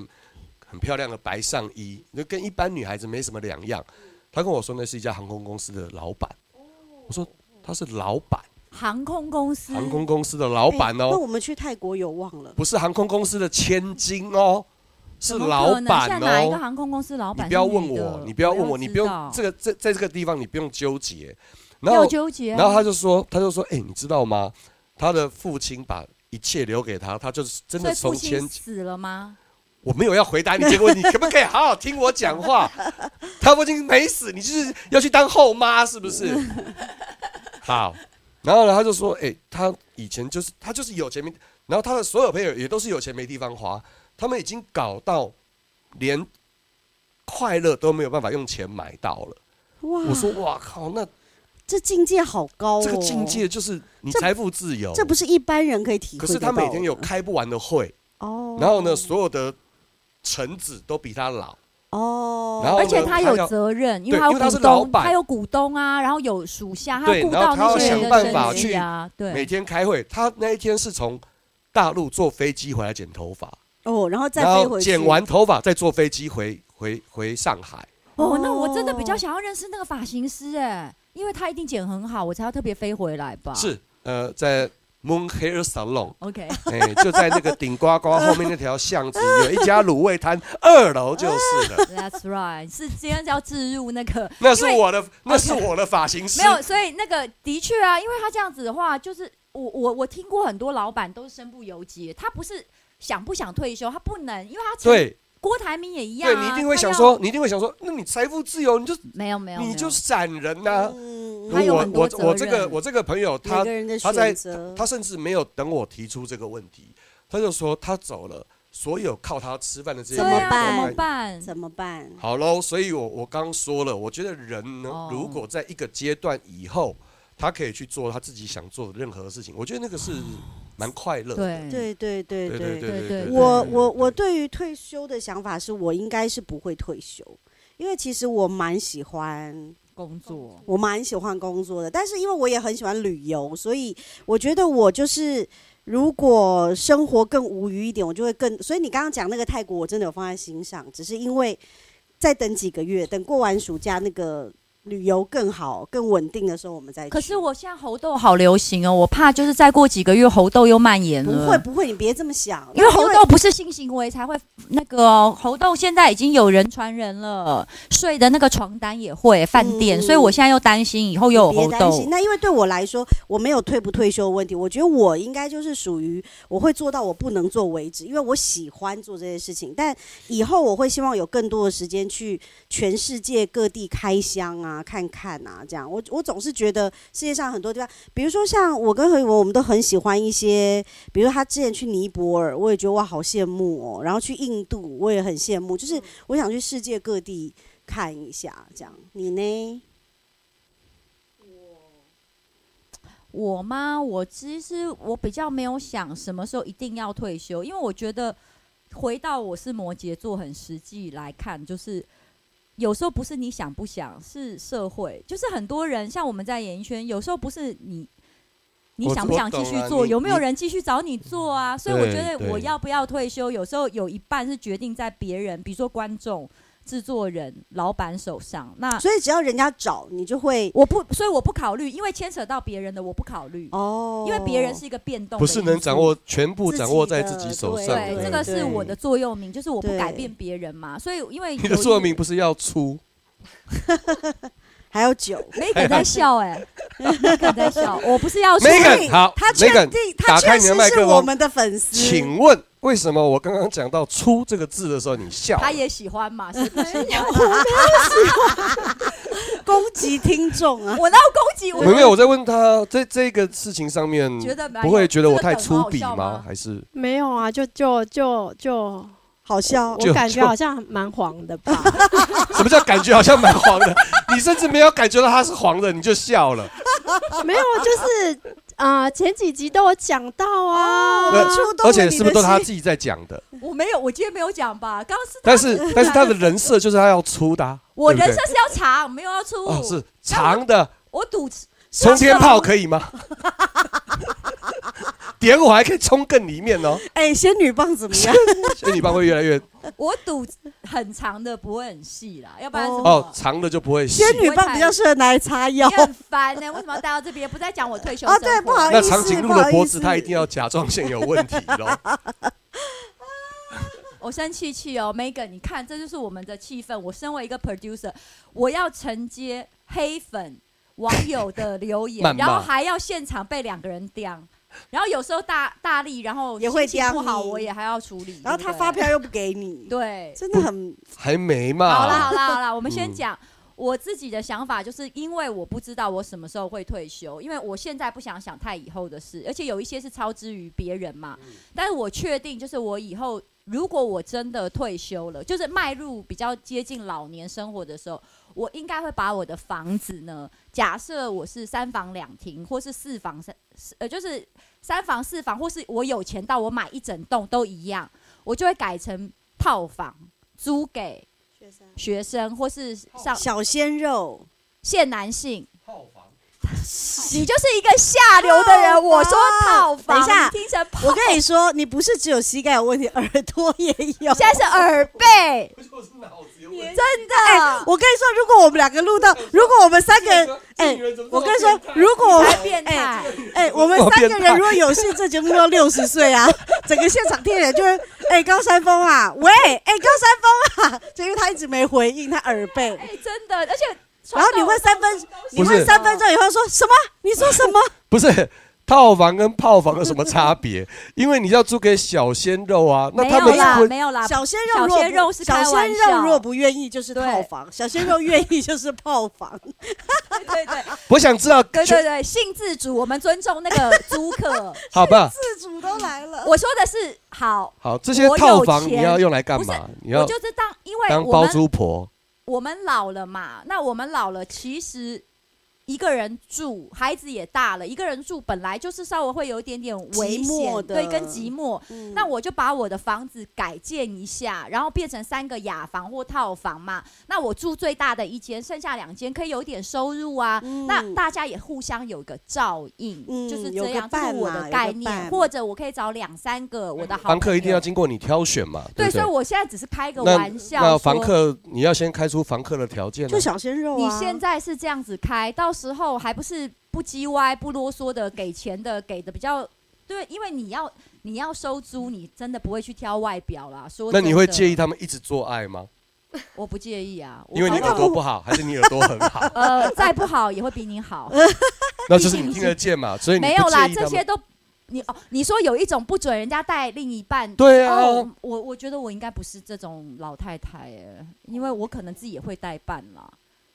Speaker 4: 很漂亮的白上衣，就跟一般女孩子没什么两样。
Speaker 1: 嗯
Speaker 4: 她跟我说那是一家航空公司的老板，
Speaker 1: 哦
Speaker 4: 我说她是老板，
Speaker 1: 航空公司，
Speaker 4: 航空公司的老
Speaker 3: 哎
Speaker 4: 板哦、
Speaker 3: 那我们去泰国有望了。
Speaker 4: 不是航空公司的千金哦，是
Speaker 1: 怎么可
Speaker 4: 老
Speaker 1: 能
Speaker 4: 板
Speaker 1: 现在哪一个
Speaker 4: 哦。
Speaker 1: 航空公司老
Speaker 4: 你
Speaker 1: 板？
Speaker 4: 不要问我，你不要问我，你不用这
Speaker 1: 个，
Speaker 4: 个这在这个地方你不用纠结。然
Speaker 1: 要
Speaker 4: 后
Speaker 1: 纠结啊。
Speaker 4: 然后他就说，他就说，哎，你知道吗？他的父亲把一切留给他，他就是真
Speaker 1: 所
Speaker 4: 的
Speaker 1: 以父
Speaker 4: 从
Speaker 1: 亲
Speaker 4: 前
Speaker 1: 死了吗？
Speaker 4: 我没有要回答你这个问题，可不可以好好听我讲 话？他父亲没死，你就是要去当后妈是不是？好，然后呢，他就说，哎、他以前就是他就是有钱没，然后他的所有朋友也都是有钱没地方花，他们已经搞到连快乐都没有办法用钱买到了。
Speaker 3: 哇，
Speaker 4: 我说，哇靠，那
Speaker 3: 这境界好高哦，
Speaker 4: 这个境，界就是你
Speaker 3: 这
Speaker 4: 财富自由，
Speaker 3: 这不是一般人可以体会
Speaker 4: 可
Speaker 3: 得
Speaker 4: 是
Speaker 3: 到的。
Speaker 4: 他每天有开不完的会，
Speaker 3: 哦，
Speaker 4: 然后呢，所有的臣子都比他老。
Speaker 3: 哦，
Speaker 4: 然后
Speaker 1: 而且
Speaker 4: 呢
Speaker 1: 他
Speaker 4: 他
Speaker 1: 有
Speaker 4: 要
Speaker 1: 责任，因为
Speaker 4: 对
Speaker 1: 他有
Speaker 4: 因为他
Speaker 1: 股
Speaker 4: 是老
Speaker 1: 东，
Speaker 4: 板
Speaker 1: 他有股东啊，然后有属下，他
Speaker 4: 对
Speaker 1: 顾
Speaker 4: 然
Speaker 1: 到
Speaker 4: 后他要
Speaker 1: 那些人
Speaker 4: 想办
Speaker 1: 的
Speaker 4: 法
Speaker 1: 生计啊，
Speaker 4: 每
Speaker 1: 对，
Speaker 4: 天开会，他那一天是从大陆坐飞机回来剪头发，
Speaker 3: 哦，然后再
Speaker 4: 然
Speaker 3: 飞
Speaker 4: 后
Speaker 3: 回去，
Speaker 4: 剪完头发再坐飞机回回回上海。
Speaker 1: 哦，那我真的比较
Speaker 3: 哦
Speaker 1: 想要认识那个发型师哎，因为他一定剪很好，我才要特别飞回来吧。
Speaker 4: 是呃，在 Moon Hair Salon，
Speaker 1: ，OK，
Speaker 4: 哎、就在那个顶呱呱后面那条巷子，有一家卤味摊，二楼就 是了。
Speaker 1: That's right，是今天要置入那个
Speaker 4: 那是
Speaker 1: 因为
Speaker 4: 我的，那是我的发型师
Speaker 1: 没。有，所以那个的确啊，因为他这样子的话，就是我我我听过很多老板都是身不由己，他不是想不想退休，他不能，因为他曾
Speaker 4: 对
Speaker 1: 郭台铭也一样、啊，
Speaker 4: 对，你一定会
Speaker 1: 他
Speaker 4: 想
Speaker 1: 要
Speaker 4: 说，你一定会想说，那你财富自由，你就
Speaker 1: 没有没有，没
Speaker 4: 你
Speaker 1: 有
Speaker 4: 就闪人呐、
Speaker 3: 嗯
Speaker 1: 他有
Speaker 4: 我
Speaker 1: 很多
Speaker 4: 我
Speaker 1: 责
Speaker 4: 我这个
Speaker 1: 任
Speaker 4: 我这个朋友啊他
Speaker 3: 每个人的
Speaker 4: 他在
Speaker 3: 选择，
Speaker 4: 他甚至没有等我提出这个问题，他就说他走了，所有靠他吃饭的这些
Speaker 1: 对
Speaker 3: 怎么
Speaker 1: 啊，
Speaker 3: 办
Speaker 1: 怎么办？
Speaker 3: 怎么办？
Speaker 4: 好喽，所以我我刚说了，我觉得人呢，
Speaker 1: 哦
Speaker 4: 如果在一个阶段以后，他可以去做他自己想做的任何事情，我觉得那个是蛮快乐的。
Speaker 1: 对，
Speaker 3: 对对啊对
Speaker 4: 对对对
Speaker 1: 对
Speaker 4: 对，
Speaker 3: 我我我对于退休的想法是我应该是不会退休，因为其实我蛮喜欢，
Speaker 1: 工作
Speaker 3: 我蛮喜欢工作的，但是因为我也很喜欢旅游，所以我觉得我就是如果生活更无余一点，我就会更。所以你刚刚讲那个泰国，我真的有放在心上，只是因为再等几个月，等过完暑假那个旅游更好、更稳定的时候，我们再去。
Speaker 1: 可是我现在猴痘好流行哦，我怕就是再过几个月猴痘又蔓延了。
Speaker 3: 不会不会，你别这么想，
Speaker 1: 因为猴痘不是性行为才会那个哦，猴痘现在已经有人传人了，睡的那个床单也会饭店，
Speaker 3: 嗯
Speaker 1: 所以我现在又担心以后又有
Speaker 3: 别
Speaker 1: 猴
Speaker 3: 担心，
Speaker 1: 痘。
Speaker 3: 那因为对我来说，我没有退不退休的问题。我觉得我应该就是属于我会做到我不能做为止，因为我喜欢做这些事情。但以后我会希望有更多的时间去全世界各地开箱啊、看看啊，这样。我我总是觉得世界上很多地方，比如说像我跟何宇文，我们都很喜欢一些，比如他之前去尼泊尔，我也觉得哇好羡慕哦。然后去印度，我也很羡慕，就是我想去世界各地看一下，这样。你呢？
Speaker 1: 我吗？我其实我比较没有想什么时候一定要退休，因为我觉得回到我是摩羯座，很实际来看，就是有时候不是你想不想，是社会，就是很多人像我们在演艺圈，有时候不是你。你
Speaker 4: 我
Speaker 1: 想不
Speaker 4: 我
Speaker 1: 想继
Speaker 4: 懂
Speaker 1: 续
Speaker 4: 啊
Speaker 1: 做？
Speaker 4: 你
Speaker 1: 有没有
Speaker 4: 你
Speaker 1: 人继续找你做啊？所以我觉
Speaker 4: 对
Speaker 1: 得我
Speaker 4: 对
Speaker 1: 要不要退休，有时候有一半是决定在别人，比如说观众、制作人、老板手上。那
Speaker 3: 所以只要人家找你就会
Speaker 1: 我不，所以我不考虑，因为牵扯到别人的，我不考虑。
Speaker 3: 哦
Speaker 1: 因为别人是一个变动的因素，
Speaker 4: 不是能掌握全部
Speaker 3: 自己
Speaker 4: 掌握在
Speaker 3: 的
Speaker 4: 自己手
Speaker 3: 对
Speaker 4: 上
Speaker 1: 对，
Speaker 4: 的。
Speaker 1: 这个是我的座右铭，就是我不
Speaker 3: 对
Speaker 1: 改变别人嘛。所以因为
Speaker 4: 你
Speaker 1: 有
Speaker 4: 的
Speaker 1: 一
Speaker 4: 座右铭不 是要出，
Speaker 3: 还有酒，
Speaker 1: Megan 在笑 哎，Megan 在笑，我不是要说
Speaker 4: Megan，
Speaker 3: 哦所以
Speaker 4: 好
Speaker 3: 他确定
Speaker 4: Megan，
Speaker 3: 他
Speaker 4: 打开
Speaker 3: 确
Speaker 4: 你的
Speaker 3: 实
Speaker 4: 麦克
Speaker 3: 是
Speaker 4: 风
Speaker 3: 我们的粉丝，
Speaker 4: 请问为什么我刚刚讲到“出”这个字的时候你笑了？
Speaker 1: 他也喜欢嘛，是不是？！
Speaker 3: 攻击听众啊
Speaker 1: 我哪有攻击？我
Speaker 4: 没有，我在问他在这个事情上面
Speaker 1: 觉得蛮有
Speaker 4: 不会觉得我太粗
Speaker 1: 这个
Speaker 4: 鄙
Speaker 1: 梗好笑吗
Speaker 4: 吗？还是
Speaker 5: 没有啊，就就就就，
Speaker 3: 好笑，
Speaker 4: 就
Speaker 5: 我感觉
Speaker 4: 就
Speaker 5: 好像蛮黄的 吧。
Speaker 4: 什么叫感觉好像蛮 黄的？你甚至没有感觉到它是黄的，你就笑了。
Speaker 5: 没有，就是啊、呃前几集都有讲到啊。
Speaker 4: 那
Speaker 3: 触动了
Speaker 4: 而且是不是都是他
Speaker 3: 你的
Speaker 4: 自己在讲的？
Speaker 1: 我没有，我今天没有讲吧？刚刚是
Speaker 4: 但是 但是他的人设就是他要粗的啊，
Speaker 1: 我人
Speaker 4: 对不
Speaker 1: 设
Speaker 4: 对
Speaker 1: 是要长，没有要粗，
Speaker 4: 哦是长的
Speaker 1: 我赌
Speaker 4: 冲天炮可 以吗？点火还可以冲更里 面哦，
Speaker 3: 哎，仙女棒怎么样？
Speaker 4: 所以你棒会越来越
Speaker 1: 我赌很长的，不会很细啦，要不然
Speaker 3: 哦
Speaker 1: 什
Speaker 4: 哦
Speaker 1: 么？
Speaker 4: 长的就不会细。
Speaker 3: 仙女棒比较适合拿来擦
Speaker 1: 你
Speaker 3: 药。
Speaker 1: 很烦呢，为什么要带到这边？不再讲我退休
Speaker 3: 哦对
Speaker 1: 生活
Speaker 3: 不好意思
Speaker 4: 那长颈鹿的脖子，
Speaker 3: 不好
Speaker 4: 它
Speaker 3: 意
Speaker 4: 一
Speaker 3: 思
Speaker 4: 定要甲状腺有问题 咯。
Speaker 1: 我生气气哦，Megan，你看，这就是我们的气氛。我身为一个 producer，我要承接黑粉网友的留言，
Speaker 4: 谩骂
Speaker 1: 然后还要现场被两个人刁，然后有时候大大力，然后
Speaker 3: 也会
Speaker 1: 心情不
Speaker 3: 刁你
Speaker 1: 好，我也还要处理。
Speaker 3: 然后他
Speaker 1: 对不对
Speaker 3: 发票又不给你，
Speaker 1: 对，
Speaker 3: 真的很
Speaker 4: 还没嘛？
Speaker 1: 好啦好啦好啦，我们先
Speaker 4: 嗯
Speaker 1: 讲。我自己的想法就是，因为我不知道我什么时候会退休，因为我现在不想想太以后的事，而且有一些是超之于别人嘛。
Speaker 4: 嗯
Speaker 1: 但是我确定，就是我以后如果我真的退休了，就是迈入比较接近老年生活的时候，我应该会把我的房子呢，假设我是三房两厅，或是四房三，呃，就是三房四房，或是我有钱到我买一整栋都一样，我就会改成套房租给
Speaker 5: 学生
Speaker 1: 学生或是上
Speaker 3: 小鲜肉，
Speaker 1: 限男性，
Speaker 4: 套房
Speaker 1: 你就是一个下流的
Speaker 3: 套
Speaker 1: 人。
Speaker 3: 房
Speaker 1: 我说套房，
Speaker 3: 等一下
Speaker 1: 你听成
Speaker 3: 我
Speaker 1: 泡，
Speaker 3: 跟你说，你不是只有膝盖有问题，耳朵也有。
Speaker 1: 现在是耳背，
Speaker 4: 就是脑子有问题。
Speaker 1: 真的。
Speaker 3: 哎我跟你说，如果我们两个录到，如果我们三个人，哎、我跟你说，
Speaker 4: 啊
Speaker 3: 如果我
Speaker 1: 才
Speaker 3: 们
Speaker 1: 变态，
Speaker 3: 哎、我们
Speaker 4: 我
Speaker 3: 三
Speaker 4: 变
Speaker 3: 个
Speaker 4: 态
Speaker 3: 人如果有幸，这节目要六十 岁啊，整个现场听的人就会，哎、高山峰啊，喂，哎、高山峰啊，就因为他一直没回应，他耳背，
Speaker 1: 哎，真的，而且
Speaker 3: 然后你问三分，你
Speaker 4: 不是
Speaker 3: 问三分钟以后说什么？你说什么？
Speaker 4: 不是套房跟炮房有什么差别？ 因为你要租给小鲜肉啊，那
Speaker 1: 没
Speaker 4: 他
Speaker 1: 有
Speaker 4: 们
Speaker 1: 啦，
Speaker 4: 婚
Speaker 1: 没有啦，
Speaker 3: 小鲜肉若不，
Speaker 1: 啊小鲜肉是开
Speaker 3: 小
Speaker 1: 玩笑
Speaker 3: 鲜肉若不愿意就是
Speaker 1: 对
Speaker 3: 套房，小鲜肉愿意就是炮房。
Speaker 1: 对对对
Speaker 4: 我想知道，
Speaker 1: 对对对，性自主，我们尊重那个租 客。
Speaker 4: 好吧？
Speaker 3: 自主都来了，
Speaker 1: 我说的是好，
Speaker 4: 好，这些
Speaker 1: 我有
Speaker 4: 套房
Speaker 1: 钱
Speaker 4: 你要用来干
Speaker 1: 不是
Speaker 4: 嘛？你
Speaker 1: 我
Speaker 4: 要
Speaker 1: 就是当，因为
Speaker 4: 当
Speaker 1: 我
Speaker 4: 包
Speaker 1: 们
Speaker 4: 租婆，
Speaker 1: 我们老了嘛，那我们老了，其实一个人住，孩子也大了，一个人住本来就是稍微会有一点点危
Speaker 3: 寂寞
Speaker 1: 险，
Speaker 3: 的
Speaker 1: 对，跟寂寞。
Speaker 3: 嗯
Speaker 1: 那我就把我的房子改建一下，然后变成三个雅房或套房嘛。那我住最大的一间，剩下两间可以有一点收入啊。
Speaker 3: 嗯
Speaker 1: 那大家也互相有一个照应，
Speaker 3: 嗯
Speaker 1: 就是
Speaker 3: 有
Speaker 1: 这
Speaker 3: 个
Speaker 1: 样，这
Speaker 3: 伴
Speaker 1: 是我
Speaker 3: 嘛有
Speaker 1: 的
Speaker 3: 个
Speaker 1: 概
Speaker 3: 伴
Speaker 1: 念。或者我可以找两三个我的好
Speaker 4: 房客一
Speaker 1: 朋
Speaker 4: 定要
Speaker 1: 友
Speaker 4: 经过你挑选嘛，
Speaker 1: 对，
Speaker 4: 不
Speaker 1: 所以
Speaker 4: 对？
Speaker 1: 我现在只是开个
Speaker 4: 那
Speaker 1: 玩笑，
Speaker 4: 那
Speaker 1: 说。
Speaker 4: 房客你要先开出房客的条件啊
Speaker 3: 就，小鲜肉
Speaker 1: 你
Speaker 3: 啊。
Speaker 1: 现在是这样子开，到时候还不是不叽歪不啰嗦的给钱的，给的比较对，因为你要你要收租，你真的不会去挑外表啦。说
Speaker 4: 那你会介
Speaker 1: 意？
Speaker 4: 意他们一直做爱吗？
Speaker 1: 我不介意啊，我
Speaker 4: 因为你
Speaker 1: 搞不好？
Speaker 4: 耳朵不好，还是你耳朵很好
Speaker 1: 呃再不好也会比你 好，
Speaker 4: 那就是你听得见嘛，所以你
Speaker 1: 没有
Speaker 4: 不
Speaker 1: 啦，
Speaker 4: 介意
Speaker 1: 这
Speaker 4: 他
Speaker 1: 些
Speaker 4: 们。
Speaker 1: 都你哦，你说有一种不准人家带另一半。
Speaker 4: 对啊，
Speaker 1: 哦，我我觉得我应该不是这种老太太哎，因为我可能自己也会代办啦。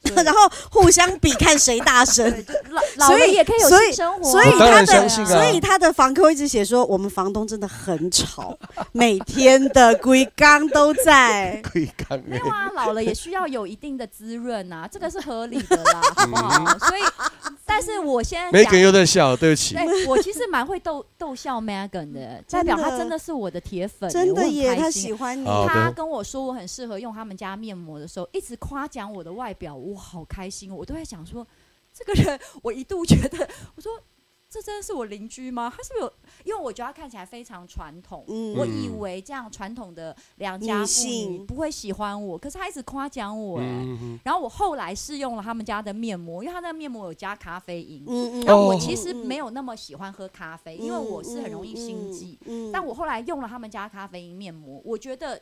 Speaker 1: 所以
Speaker 3: 然后互相比看谁大声，
Speaker 1: 老老了
Speaker 3: 所以
Speaker 1: 也可以有
Speaker 3: 所以
Speaker 1: 性生活啊，
Speaker 3: 所以
Speaker 4: 我当
Speaker 3: 他
Speaker 4: 然
Speaker 3: 的
Speaker 4: 相信
Speaker 3: 所以他的房客会一直写说我们房东真的很吵，每天的龟缸都 在。
Speaker 4: 可以看
Speaker 1: 没
Speaker 4: 欸
Speaker 1: 有啊，老了也需要有一定的滋润 啊，这个是合理的啦，好不
Speaker 3: 嗯
Speaker 1: 好？所以，但是我现在
Speaker 4: 每个人
Speaker 1: 讲，
Speaker 4: 又在笑，对不起。
Speaker 1: 对我其实蛮会逗逗笑 Megan 的，代表他真的是我的铁粉欸，
Speaker 3: 嗯真
Speaker 1: 我
Speaker 3: 的
Speaker 1: 很
Speaker 3: 耶，
Speaker 1: 开
Speaker 3: 他
Speaker 1: 心
Speaker 3: 喜欢你。
Speaker 4: 好的
Speaker 1: 他跟我说我很适合用他们家面膜的时候，一直夸奖我的外表，我好开心哦，我都在想说，这个人我一度觉得，我说这真的是我邻居吗？他是不是有？因为我觉得他看起来非常传统，
Speaker 3: 嗯
Speaker 1: 我以为这样传统的良家妇
Speaker 3: 女
Speaker 1: 女
Speaker 3: 性
Speaker 1: 不会喜欢我，可是他一直夸奖我、哎、
Speaker 4: 嗯嗯
Speaker 1: 然后我后来试用了他们家的面膜，因为他那个面膜有加咖啡因。
Speaker 3: 嗯
Speaker 1: 然后
Speaker 4: 哦
Speaker 1: 我其实没
Speaker 3: 有，
Speaker 1: 有那么喜欢喝咖啡，因为
Speaker 3: 嗯
Speaker 1: 我是很容易心悸。。
Speaker 3: 嗯
Speaker 1: 但我后来用了他们家咖啡因面膜，我觉得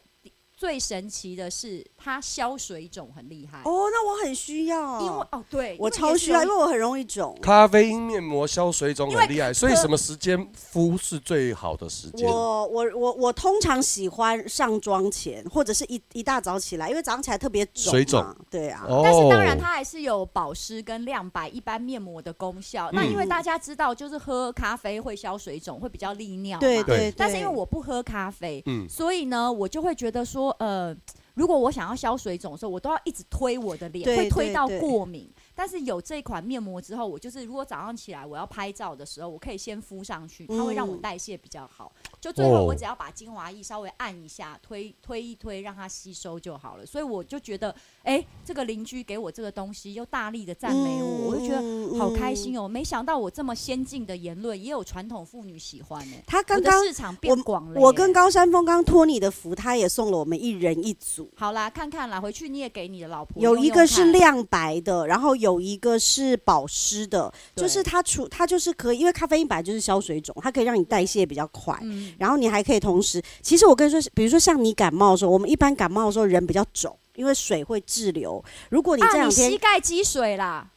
Speaker 1: 最神奇的是它消水肿很厉害，
Speaker 3: 哦，那我很需要，
Speaker 1: 因为哦对，
Speaker 3: 我
Speaker 1: 因为
Speaker 3: 超
Speaker 1: 也是
Speaker 3: 需要，
Speaker 1: 有
Speaker 3: 因为我很容易肿。
Speaker 4: 咖啡因面膜消水肿
Speaker 1: 因为
Speaker 4: 很厉害，所以什么时间敷是最好的时间？
Speaker 3: 我我我我通常喜欢上妆前，或者是一一大早起来，因为早上起来特别肿嘛，
Speaker 4: 水肿
Speaker 3: 对啊，
Speaker 4: 哦
Speaker 1: 但是当然，它还是有保湿跟亮白一般面膜的功效。那因为
Speaker 3: 嗯
Speaker 1: 大家知道，就是喝咖啡会消水肿，会比较利尿嘛。
Speaker 3: 对
Speaker 4: 对
Speaker 3: 对。
Speaker 1: 但是因为我不喝咖啡，
Speaker 4: 嗯，
Speaker 1: 所以呢，我就会觉得说，呃，如果我想要消水肿的时候，我都要一直推我的脸，
Speaker 3: 对
Speaker 1: 会推
Speaker 3: 对
Speaker 1: 到
Speaker 3: 对
Speaker 1: 过敏。但是有这款面膜之后，我就是如果早上起来我要拍照的时候，我可以先敷上去，它会让我
Speaker 3: 嗯
Speaker 1: 代谢比较好。就最后我
Speaker 4: 哦
Speaker 1: 只要把精华液稍微按一下，推推一推，让它吸收就好了。所以我就觉得，哎、这个邻居给我这个东西又大力的赞美我，我就觉得。
Speaker 3: 得
Speaker 1: 好开心
Speaker 3: 哦！
Speaker 1: 哦！没想到我这么先进的言论也有传统妇女喜欢呢、
Speaker 3: 他
Speaker 1: 我
Speaker 3: 刚
Speaker 1: 的
Speaker 3: 刚
Speaker 1: 市场变广了
Speaker 3: 我
Speaker 1: 耶
Speaker 3: 跟高山峰刚托你的福，他也送了我们一人一组，
Speaker 1: 好啦，看看啦，回去你也给你的老婆
Speaker 3: 有
Speaker 1: 用
Speaker 3: 一
Speaker 1: 用
Speaker 3: 个是
Speaker 1: 看
Speaker 3: 亮白的，然后有一个是保湿的，
Speaker 1: 对
Speaker 3: 就是它除它就是可以，因为咖啡因本来就是消水肿，它可以让你代谢比较快。
Speaker 1: 嗯，
Speaker 3: 然后你还可以同时，其实我跟你说，比如说像你感冒的时候，我们一般感冒的时候人比较肿，因为水会滞留。如果你这
Speaker 1: 啊，
Speaker 3: 两
Speaker 1: 你
Speaker 3: 天
Speaker 1: 膝盖积水啦，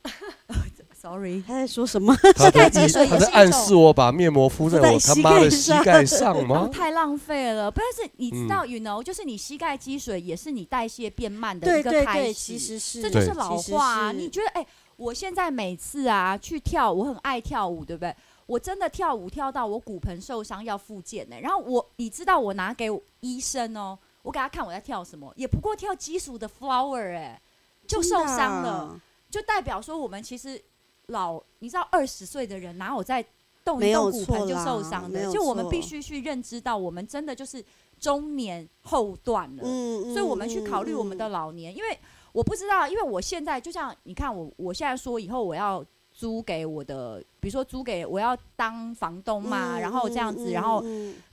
Speaker 1: Sorry，
Speaker 3: 他在说什么？
Speaker 4: 他
Speaker 1: 盖
Speaker 4: 在
Speaker 1: 积水也
Speaker 4: 他
Speaker 1: 是
Speaker 4: 在
Speaker 1: 一
Speaker 4: 暗
Speaker 1: 种
Speaker 4: 示我把面膜敷在
Speaker 3: 敷在
Speaker 4: 我他
Speaker 3: 膝
Speaker 4: 妈
Speaker 3: 盖
Speaker 4: 的膝
Speaker 3: 上
Speaker 4: 盖上
Speaker 1: 哦
Speaker 4: 吗？
Speaker 1: 太浪费了。不然是你知
Speaker 4: 嗯
Speaker 1: 道，you know，就是你膝盖积水也是你代谢变慢的
Speaker 3: 对
Speaker 1: 一个
Speaker 3: 对
Speaker 1: 开
Speaker 3: 对，
Speaker 1: 始。
Speaker 3: 其实是
Speaker 1: 这就是老
Speaker 3: 其实
Speaker 1: 话啊！
Speaker 3: 是
Speaker 1: 你觉得哎、我现在每次啊去跳，我很爱跳舞，对不对？我真的跳舞跳到我骨盆受伤要复健呢、然后我，你知道我拿给医生哦，我给他看我在跳什么，也不过跳基础的 flower 哎、就受伤了，。就代表说我们其实老，你知道二十岁的人哪有在动
Speaker 3: 没
Speaker 1: 一动
Speaker 3: 有
Speaker 1: 骨
Speaker 3: 错
Speaker 1: 盆就
Speaker 3: 啦
Speaker 1: 受伤
Speaker 3: 没
Speaker 1: 的？
Speaker 3: 有
Speaker 1: 就我们
Speaker 3: 错
Speaker 1: 必须去认知到，我们真的就是中年后段了。
Speaker 3: 嗯
Speaker 1: 所以我们去考虑我们的老年，因为我不知道，因为我现在就像你看我，我现在说以后我要租给我的，比如说租给我要当房东
Speaker 3: 嗯
Speaker 1: 嘛，然后这样子，然后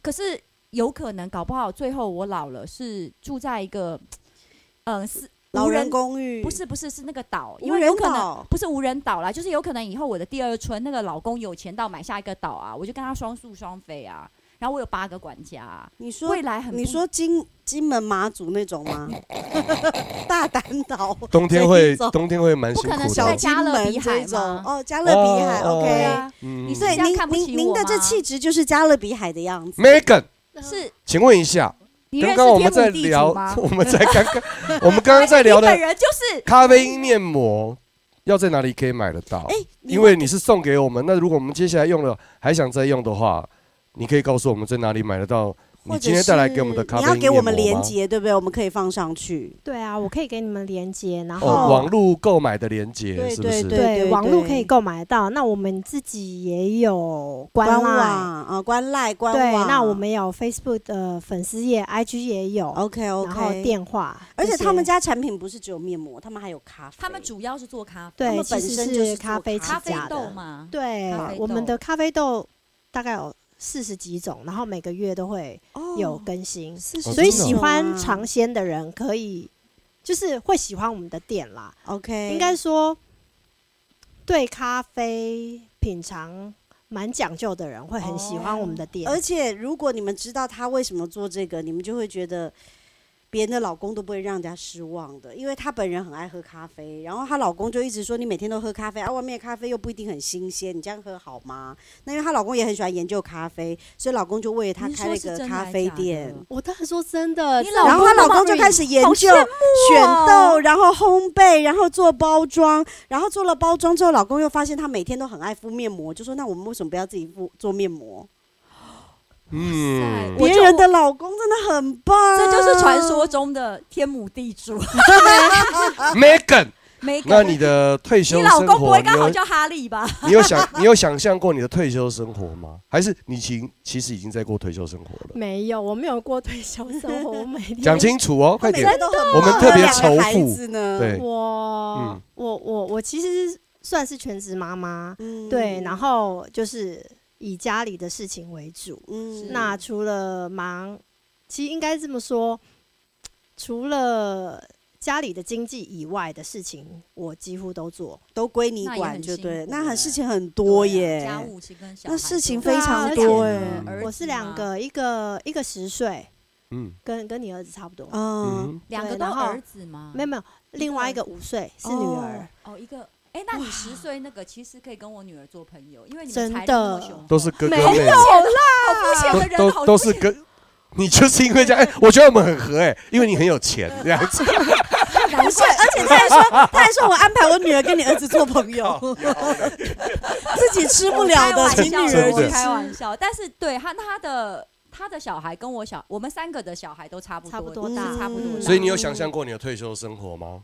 Speaker 1: 可是有可能搞不好最后我老了是住在一个，嗯、是
Speaker 3: 老
Speaker 1: 无
Speaker 3: 人
Speaker 1: 人
Speaker 3: 公寓
Speaker 1: 不是不是是那个岛，因
Speaker 3: 无
Speaker 1: 为有
Speaker 3: 人
Speaker 1: 可能。
Speaker 3: 岛，
Speaker 1: 不是无人岛啦，就是有可能以后我的第二春那个老公有钱到买下一个岛啊，我就跟他双宿双飞啊，然后我有八个管家、啊，
Speaker 3: 你说
Speaker 1: 未来很
Speaker 3: 你
Speaker 1: 不
Speaker 3: 说金金门马祖那种 吗？大胆岛，
Speaker 4: 冬天会
Speaker 3: 这一种
Speaker 4: 冬天会蛮
Speaker 1: 不
Speaker 4: 辛
Speaker 1: 可能
Speaker 4: 苦
Speaker 1: 是在
Speaker 4: 的
Speaker 3: 小
Speaker 4: 哦。
Speaker 3: 金
Speaker 1: 加勒
Speaker 3: 门
Speaker 1: 比
Speaker 3: 这
Speaker 1: 海
Speaker 3: 一种
Speaker 1: 吗
Speaker 3: 哦，加勒比海
Speaker 4: 哦
Speaker 1: 对
Speaker 3: OK。
Speaker 1: 啊，
Speaker 4: 嗯
Speaker 1: 你是
Speaker 3: 对，
Speaker 1: 这样
Speaker 3: 您
Speaker 1: 看不起
Speaker 3: 您您
Speaker 1: 我
Speaker 3: 的这
Speaker 1: 吗
Speaker 3: 气质就是加勒比海的样子。
Speaker 4: ，Megan，
Speaker 5: 是
Speaker 1: 是
Speaker 4: 请问一下，
Speaker 1: 你认
Speaker 4: 刚
Speaker 1: 识
Speaker 4: 刚我们
Speaker 1: 天
Speaker 4: 在
Speaker 1: 母地
Speaker 4: 聊
Speaker 1: 主吗，？
Speaker 4: 我们在刚刚我们刚刚在 聊
Speaker 1: 你本
Speaker 4: 的
Speaker 1: 人就是
Speaker 4: 咖啡因面膜要在哪里可以买得到？
Speaker 3: 哎，你
Speaker 4: 因为你是送给我们，那如果我们接下来用了还想再用的话，你可以告诉我们在哪里买得到你
Speaker 3: 或者
Speaker 4: 今天带来给我们的
Speaker 3: 是
Speaker 4: 咖啡
Speaker 3: 你
Speaker 4: 因面膜
Speaker 3: 要给我们连
Speaker 4: 吗
Speaker 3: 接，对不对？我们可以放上去。
Speaker 5: 对啊，我可以给你们连接，然后、
Speaker 4: 哦，网络购买的连接
Speaker 3: 对
Speaker 4: 是不是？
Speaker 5: 对
Speaker 3: 对对
Speaker 5: 网络
Speaker 3: 对
Speaker 5: 可以购买到。那我们自己也有官
Speaker 3: 官网
Speaker 5: 网，
Speaker 3: 啊，官赖官
Speaker 5: 对，
Speaker 3: 网。
Speaker 5: 那我们有 Facebook 的粉丝页，IG 也有
Speaker 3: 哦 OK
Speaker 5: 然后
Speaker 3: OK。
Speaker 5: 电话，
Speaker 3: 而且
Speaker 5: 这些
Speaker 3: 他们家产品不是只有面膜，他们还有咖啡。
Speaker 1: 他们主要是做咖啡，
Speaker 3: 他
Speaker 5: 对
Speaker 3: 们
Speaker 5: 其
Speaker 3: 本
Speaker 5: 实
Speaker 3: 身
Speaker 5: 是
Speaker 3: 就是
Speaker 5: 咖
Speaker 3: 做
Speaker 5: 啡
Speaker 1: 咖
Speaker 5: 起
Speaker 1: 啡
Speaker 5: 家的
Speaker 1: 豆嘛，
Speaker 5: 对
Speaker 1: 咖啡，
Speaker 5: 我们
Speaker 1: 豆
Speaker 5: 的咖啡豆大概有四十几种，然后每个月都会
Speaker 3: 哦
Speaker 5: 有更新，
Speaker 3: 40
Speaker 4: 哦
Speaker 5: 所以
Speaker 4: 真的哦
Speaker 5: 喜欢尝鲜的人可以，就是会喜欢我们的店啦。
Speaker 3: OK，
Speaker 5: 应该说，对咖啡品尝蛮讲究的人会很喜欢我们的店。
Speaker 3: 而且如果你们知道他为什么做这个，你们就会觉得别人的老公都不会让人家失望的，因为她本人很爱喝咖啡，然后她老公就一直说你每天都喝咖啡啊，外面的咖啡又不一定很新鲜，你这样喝好吗？那因为她老公也很喜欢研究咖啡，所以老公就为了她
Speaker 1: 你
Speaker 3: 开
Speaker 1: 说
Speaker 3: 了一
Speaker 1: 是
Speaker 3: 个
Speaker 1: 真的
Speaker 3: 咖
Speaker 1: 还
Speaker 3: 啡
Speaker 1: 假的
Speaker 3: 店。
Speaker 5: 我当然说真的，
Speaker 1: 你
Speaker 5: 这
Speaker 1: 老
Speaker 3: 然后她
Speaker 1: 公
Speaker 3: 老
Speaker 1: 的
Speaker 3: 公就
Speaker 1: 话语
Speaker 3: 开始研
Speaker 1: 好
Speaker 3: 究
Speaker 1: 羡慕
Speaker 3: 选
Speaker 1: 哦
Speaker 3: 豆，然后烘焙，然后做包装，然后做了包装之后，老公又发现她每天都很爱敷面膜，就说那我们为什么不要自己敷做面膜？
Speaker 1: 嗯
Speaker 4: 嗯，
Speaker 1: 我
Speaker 3: 别
Speaker 1: 就
Speaker 3: 人的老公真的很棒，啊
Speaker 1: 这就是传说中的天母地主。
Speaker 4: Megan，
Speaker 1: 没，
Speaker 4: 那你的退休
Speaker 1: 你
Speaker 4: 生
Speaker 1: 老
Speaker 4: 活，
Speaker 1: 公不会刚
Speaker 4: 你
Speaker 1: 好
Speaker 4: 有
Speaker 1: 叫哈利吧？
Speaker 4: 你有想你有想象过你的退休生活吗？还是你其其实已经在过退休生活了？
Speaker 5: 没有，我没有过退休生活，我每 天
Speaker 4: 讲清楚哦，快
Speaker 3: 他每
Speaker 4: 点
Speaker 3: 天！都很
Speaker 4: 我们
Speaker 3: 忙
Speaker 4: 特别
Speaker 3: 两个
Speaker 4: 仇
Speaker 3: 孩
Speaker 4: 富
Speaker 3: 子呢
Speaker 5: 哦
Speaker 4: 对
Speaker 5: 我、
Speaker 4: 嗯
Speaker 5: 我我我其实算是全职妈妈，
Speaker 3: 嗯
Speaker 5: 对，然后就是以家里的事情为主。
Speaker 3: 嗯
Speaker 5: 那除了忙，其实应该这么说，除了家里的经济以外的事情，我几乎都做。
Speaker 3: 都归你
Speaker 1: 那也
Speaker 3: 管
Speaker 1: 很
Speaker 3: 就
Speaker 1: 辛
Speaker 3: 对，
Speaker 1: 苦
Speaker 3: 那很啊
Speaker 1: 欸
Speaker 3: 事情很多耶，
Speaker 1: 啊家务其实跟小
Speaker 3: 那
Speaker 1: 孩
Speaker 3: 事情
Speaker 1: 都
Speaker 3: 非
Speaker 1: 有
Speaker 3: 常
Speaker 5: 啊而且
Speaker 3: 多
Speaker 1: 而
Speaker 3: 哎
Speaker 1: 且，
Speaker 4: 嗯
Speaker 1: 儿
Speaker 5: 我
Speaker 1: 子
Speaker 5: 是两
Speaker 1: 嘛，
Speaker 5: 个，一个一个十岁，
Speaker 4: 嗯
Speaker 5: 跟跟你儿子差不多，
Speaker 1: 哦
Speaker 3: 嗯，
Speaker 4: 嗯，
Speaker 1: 两个
Speaker 5: 对
Speaker 1: 都
Speaker 5: 然后
Speaker 1: 儿子吗？
Speaker 5: 没有没有，另外一个五岁是女儿，
Speaker 1: 哦，一个。哎，那你十岁那个其实可以跟我女儿做朋友，因为你们
Speaker 5: 真
Speaker 1: 财力那么
Speaker 5: 的
Speaker 1: 雄厚
Speaker 4: 都是哥哥
Speaker 5: 没
Speaker 4: 妹妹，
Speaker 1: 好肤浅的啊人，
Speaker 4: 都
Speaker 1: 好
Speaker 4: 都都
Speaker 1: 肤
Speaker 4: 是
Speaker 1: 浅
Speaker 4: 哥。你就是因为这样，哎、我觉得我们很合哎、因为你很有钱这样子。
Speaker 3: 不是，而且他还 说，他还说我安排我女儿跟你儿子做朋友，自己 吃不了的，请女儿
Speaker 4: 真的
Speaker 1: 我
Speaker 3: 去
Speaker 1: 开玩
Speaker 3: 吃。
Speaker 1: 笑，但是对他他的他的小孩跟我小，我们三个的小孩都差不多，
Speaker 5: 差不多大嗯
Speaker 1: 是差不多大。
Speaker 4: 所以你有想象过你的退休生活吗？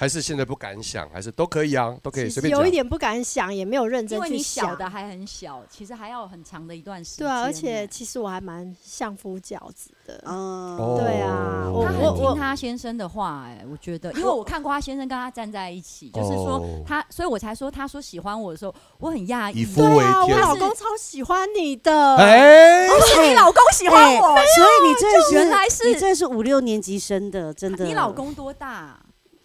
Speaker 4: 还是现在不敢想？还是都可以啊，都可以随
Speaker 5: 其实
Speaker 4: 便
Speaker 5: 有一
Speaker 4: 讲。
Speaker 5: 点不敢想，也没有认
Speaker 1: 因
Speaker 5: 真
Speaker 1: 为
Speaker 5: 去
Speaker 1: 你小
Speaker 5: 想
Speaker 1: 的还很小，其实还要很长的一段时间
Speaker 5: 对
Speaker 1: 呢。
Speaker 5: 啊，而且其实我还蛮相夫教子的，
Speaker 4: 哦
Speaker 3: 嗯，
Speaker 5: 对啊
Speaker 1: 他
Speaker 5: 我
Speaker 1: 很
Speaker 5: 我
Speaker 1: 听他先生的话，哎，我觉得，因为我看过他先生跟他站在一起，就是说
Speaker 4: 哦
Speaker 1: 他，所以我才说他说喜欢我的时候，我很讶
Speaker 4: 以
Speaker 1: 异。哦
Speaker 4: 夫
Speaker 5: 对
Speaker 4: 为
Speaker 5: 啊，我
Speaker 4: 天。
Speaker 5: 老公超喜欢你的，
Speaker 4: 哎、
Speaker 1: 是你老公喜欢
Speaker 3: 哎
Speaker 1: 我，
Speaker 3: 所以你这是
Speaker 1: 原来
Speaker 3: 你
Speaker 1: 是
Speaker 3: 这是五六年级生的，真的。
Speaker 1: 你老公多大？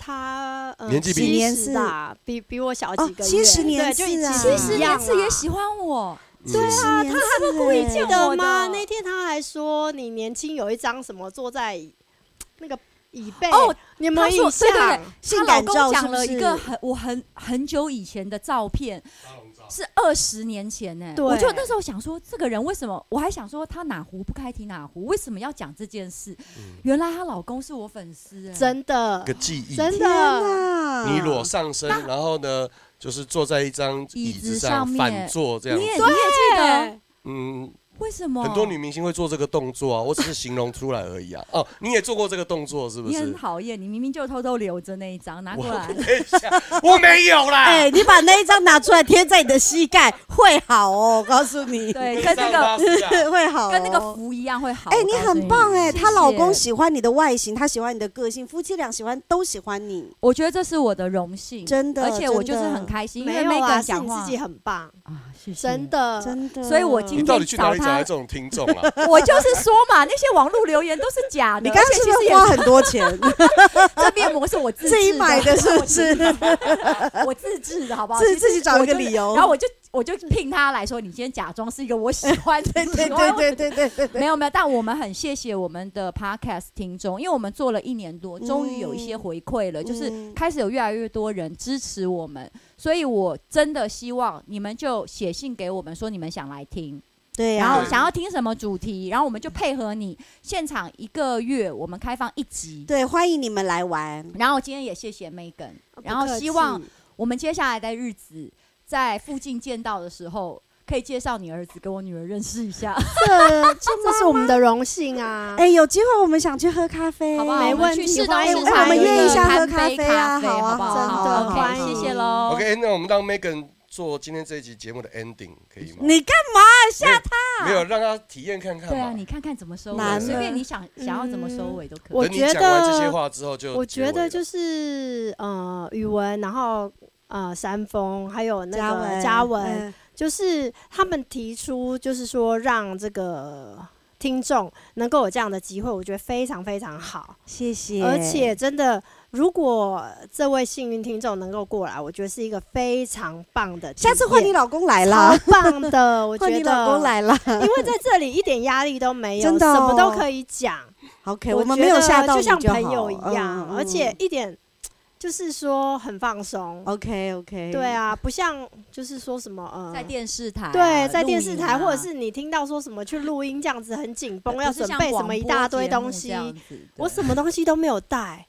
Speaker 5: 他呃
Speaker 4: 年纪比
Speaker 5: 70
Speaker 3: 几年是
Speaker 5: 大，比比我小
Speaker 3: 哦
Speaker 5: 几个月，
Speaker 3: 70年
Speaker 5: 对，就已
Speaker 3: 次啊
Speaker 5: 经
Speaker 1: 其
Speaker 3: 70
Speaker 1: 实
Speaker 5: 一样
Speaker 1: 连次也
Speaker 5: 啦
Speaker 1: 喜欢我，
Speaker 4: 对啊，
Speaker 3: 啊，他还会故
Speaker 1: 意见
Speaker 5: 记得
Speaker 1: 我的
Speaker 5: 吗？那天他还说你年轻有一张什么坐在那个椅背
Speaker 1: 哦，
Speaker 5: 你有没有
Speaker 1: 他说
Speaker 5: 印
Speaker 1: 对对对
Speaker 5: 象？
Speaker 3: 性
Speaker 1: 她老
Speaker 3: 感
Speaker 1: 公
Speaker 3: 照是
Speaker 1: 讲
Speaker 3: 不
Speaker 1: 了一
Speaker 3: 是
Speaker 1: 个很我很很久以前的照片，
Speaker 4: 哦嗯
Speaker 1: 是二十年前呢、
Speaker 5: 对
Speaker 1: 我就那时候想说，这个人为什么？我还想说他哪壶不开提哪壶，为什么要讲这件事？
Speaker 4: 嗯
Speaker 1: 原来她老公是我粉丝、欸，
Speaker 5: 真的
Speaker 4: 个，记忆。
Speaker 5: 真
Speaker 3: 天
Speaker 5: 的，
Speaker 3: 哪！
Speaker 4: 你裸上身，然后呢，就是坐在一张椅子上
Speaker 1: 椅子上面
Speaker 4: 反坐这样
Speaker 1: 你也你也
Speaker 4: 子。
Speaker 1: 记得
Speaker 4: 嗯，
Speaker 1: 为什么？
Speaker 4: 很多女明星会做这个动作啊，我只是形容出来而已啊。哦，你也做过这个动作是不
Speaker 1: 你很
Speaker 4: 是？
Speaker 1: 讨厌，你明明就偷偷留着那一张拿
Speaker 4: 我
Speaker 1: 过来。
Speaker 4: 等一下，我没有
Speaker 3: 哎、
Speaker 4: 啦。
Speaker 3: 你把那一张拿出来贴在你的膝盖，会好哦，我告诉你。
Speaker 1: 对，
Speaker 4: 你
Speaker 1: 跟那
Speaker 4: 上
Speaker 1: 个
Speaker 4: 巴士啊
Speaker 3: 会好、哦，
Speaker 1: 跟那个福一样会好。
Speaker 3: 哎、你很棒哎、
Speaker 1: 她
Speaker 3: 她老公喜欢你的外形，她喜欢你的个性，夫妻俩喜欢都喜欢你，
Speaker 1: 我觉得这是我的荣幸，
Speaker 3: 真的。
Speaker 1: 而且我就是
Speaker 3: 真的
Speaker 1: 很开心，因
Speaker 5: 没
Speaker 1: 为
Speaker 5: 有啊，
Speaker 1: Megan
Speaker 5: 是
Speaker 1: 讲
Speaker 5: 你自
Speaker 1: 话
Speaker 5: 己很棒，
Speaker 1: 啊，谢谢
Speaker 5: 真。的，
Speaker 3: 真的。
Speaker 1: 所以我今
Speaker 4: 你到底去哪里找来这种听众啊？
Speaker 1: 我就是说嘛，那些网络留言都是假的，
Speaker 3: 你刚刚
Speaker 1: 而且
Speaker 3: 是
Speaker 1: 其
Speaker 3: 不
Speaker 1: 实
Speaker 3: 是
Speaker 1: 也
Speaker 3: 花很 多钱？
Speaker 1: 这面膜是我自制
Speaker 3: 自己买的是不是？
Speaker 1: 我自制的好不好？
Speaker 3: 自
Speaker 1: 其实
Speaker 3: 自己找一个
Speaker 1: 我就是
Speaker 3: 理由
Speaker 1: 然后我就我就聘他来说，你今天假装是一个我喜欢的，
Speaker 3: 对对
Speaker 1: 喜欢我
Speaker 3: 对对对对对。
Speaker 1: 没有没有，但我们很谢谢我们的 podcast 听众，因为我们做了一年多，终于有一些回馈了，就是
Speaker 3: 嗯
Speaker 1: 开始有越来越多人支持我们，所以我真的希望你们就写信给我们说你们想来听，
Speaker 3: 对
Speaker 1: 然后
Speaker 3: 啊，
Speaker 1: 想要听什么主题，然后我们就配合你，现场一个月我们开放一集。
Speaker 3: 对，欢迎你们来玩。
Speaker 1: 然后今天也谢谢 Megan，然后
Speaker 5: 不客
Speaker 1: 希望
Speaker 5: 气
Speaker 1: 我们接下来的日子在附近见到的时候，可以介绍你儿子给我女儿认识一下。
Speaker 5: 这 这是我们的荣幸啊！
Speaker 3: 哎、有机会我们想去喝咖啡，
Speaker 1: 好不好？
Speaker 5: 没
Speaker 1: 我们
Speaker 5: 问
Speaker 1: 去
Speaker 5: 题
Speaker 1: 适当
Speaker 5: 欢迎
Speaker 1: 市
Speaker 5: 哎
Speaker 1: 场
Speaker 5: 我们
Speaker 1: 有一
Speaker 5: 约
Speaker 1: 个
Speaker 5: 一下
Speaker 1: 摊
Speaker 3: 喝咖
Speaker 1: 杯
Speaker 3: 啡
Speaker 1: 咖
Speaker 3: 啊
Speaker 1: 啡
Speaker 3: 好
Speaker 1: 好
Speaker 3: 啊
Speaker 1: 不好？
Speaker 5: 真的
Speaker 1: 好，OK，
Speaker 5: 欢迎
Speaker 1: 谢谢喽。
Speaker 5: 哦
Speaker 4: OK，那我们当 Megan 做今天这一集节目的 ending 可以吗？
Speaker 3: 你干嘛吓他？
Speaker 5: 啊
Speaker 4: 没有让他体验看看
Speaker 1: 对啊，
Speaker 4: 嘛
Speaker 1: 你。看看怎么收尾，
Speaker 3: 难了
Speaker 1: 随便你想想要怎么收尾都可
Speaker 5: 我
Speaker 1: 以。
Speaker 4: 等你
Speaker 5: 觉
Speaker 4: 讲完这些
Speaker 5: 得
Speaker 4: 话之后就
Speaker 5: 我
Speaker 4: 结尾
Speaker 5: 觉
Speaker 4: 了，
Speaker 5: 得就是呃，语文，然后呃，山峰，还有那
Speaker 3: 嘉
Speaker 5: 个
Speaker 3: 文，
Speaker 5: 嘉文，
Speaker 3: 嗯
Speaker 5: 就是他们提出，就是说让这个听众能够有这样的机会，我觉得非常非常好。
Speaker 3: 谢谢。
Speaker 5: 而且真的，如果这位幸运听众能够过来，我觉得是一个非常棒的体
Speaker 3: 下
Speaker 5: 验。
Speaker 3: 次换你老公来啦
Speaker 5: 超，棒的，我觉
Speaker 3: 换
Speaker 5: 得
Speaker 3: 你老公来 啦。
Speaker 5: 因为在这里一点压力都没有，
Speaker 3: 真的
Speaker 5: 什么都
Speaker 3: 哦
Speaker 5: 可以讲。
Speaker 3: OK，
Speaker 5: 我
Speaker 3: 我们
Speaker 5: 觉
Speaker 3: 没有
Speaker 5: 得
Speaker 3: 吓到
Speaker 5: 就
Speaker 3: 你
Speaker 5: 像
Speaker 3: 好
Speaker 5: 朋友一样，
Speaker 3: 嗯嗯
Speaker 5: 哦而且
Speaker 3: 嗯
Speaker 5: 一点就是说很放松。
Speaker 3: OK OK，
Speaker 5: 对，啊，不像就是说什么呃，
Speaker 1: 在电视台啊，
Speaker 5: 对，在
Speaker 1: 录
Speaker 5: 电视
Speaker 1: 影
Speaker 5: 台
Speaker 1: 啊
Speaker 5: 或者是你听到说什么去录音这样子很紧绷，
Speaker 1: 不
Speaker 5: 要
Speaker 1: 是
Speaker 5: 准
Speaker 1: 像
Speaker 5: 备什
Speaker 1: 广
Speaker 5: 么一
Speaker 1: 播
Speaker 5: 大堆
Speaker 1: 节目
Speaker 5: 东
Speaker 1: 这
Speaker 5: 西，
Speaker 1: 样子
Speaker 5: 我
Speaker 1: 对
Speaker 5: 什么东西都没有带。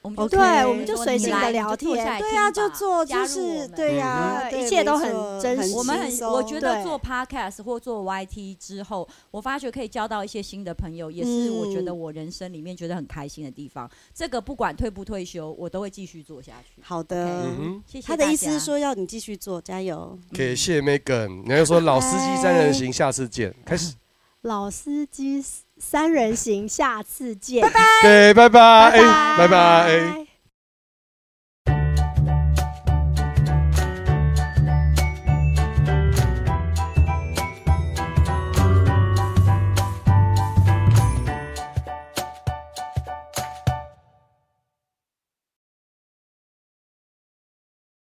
Speaker 1: 我们就
Speaker 3: OK
Speaker 1: 可以
Speaker 3: 哦对我
Speaker 5: 们
Speaker 1: 说
Speaker 5: 就随
Speaker 1: 你
Speaker 5: 性地
Speaker 1: 来
Speaker 5: 聊
Speaker 1: 你就坐
Speaker 5: 天
Speaker 1: 下来
Speaker 3: 对
Speaker 1: 听
Speaker 3: 啊，
Speaker 1: 吧
Speaker 3: 就做
Speaker 1: 加
Speaker 3: 就
Speaker 1: 入我
Speaker 3: 是
Speaker 1: 们
Speaker 3: 对
Speaker 4: 嗯
Speaker 3: 呀
Speaker 5: 哼，
Speaker 3: 对
Speaker 5: 一切都
Speaker 3: 没
Speaker 5: 很
Speaker 3: 错
Speaker 5: 真实
Speaker 1: 我们很
Speaker 3: 轻，松
Speaker 1: 我觉得
Speaker 5: 对
Speaker 1: 做 podcast 或做 YT 之后，我发觉可以交到一些新的朋友，也是我觉得我人生里面觉得很开心的地方。这个不管退不退休，我都会继续做下去。
Speaker 3: 好的
Speaker 1: OK
Speaker 4: 嗯哼，
Speaker 1: 谢谢
Speaker 3: 他的
Speaker 1: 大
Speaker 3: 意思
Speaker 1: 家
Speaker 3: 是说要你继续做，加油。
Speaker 4: 给谢 Megan，你要说老司机三人行，下次见，开始，
Speaker 5: 老司机三人行，下次见，拜
Speaker 4: 给拜拜，
Speaker 5: 拜
Speaker 4: 哎，拜拜，哎。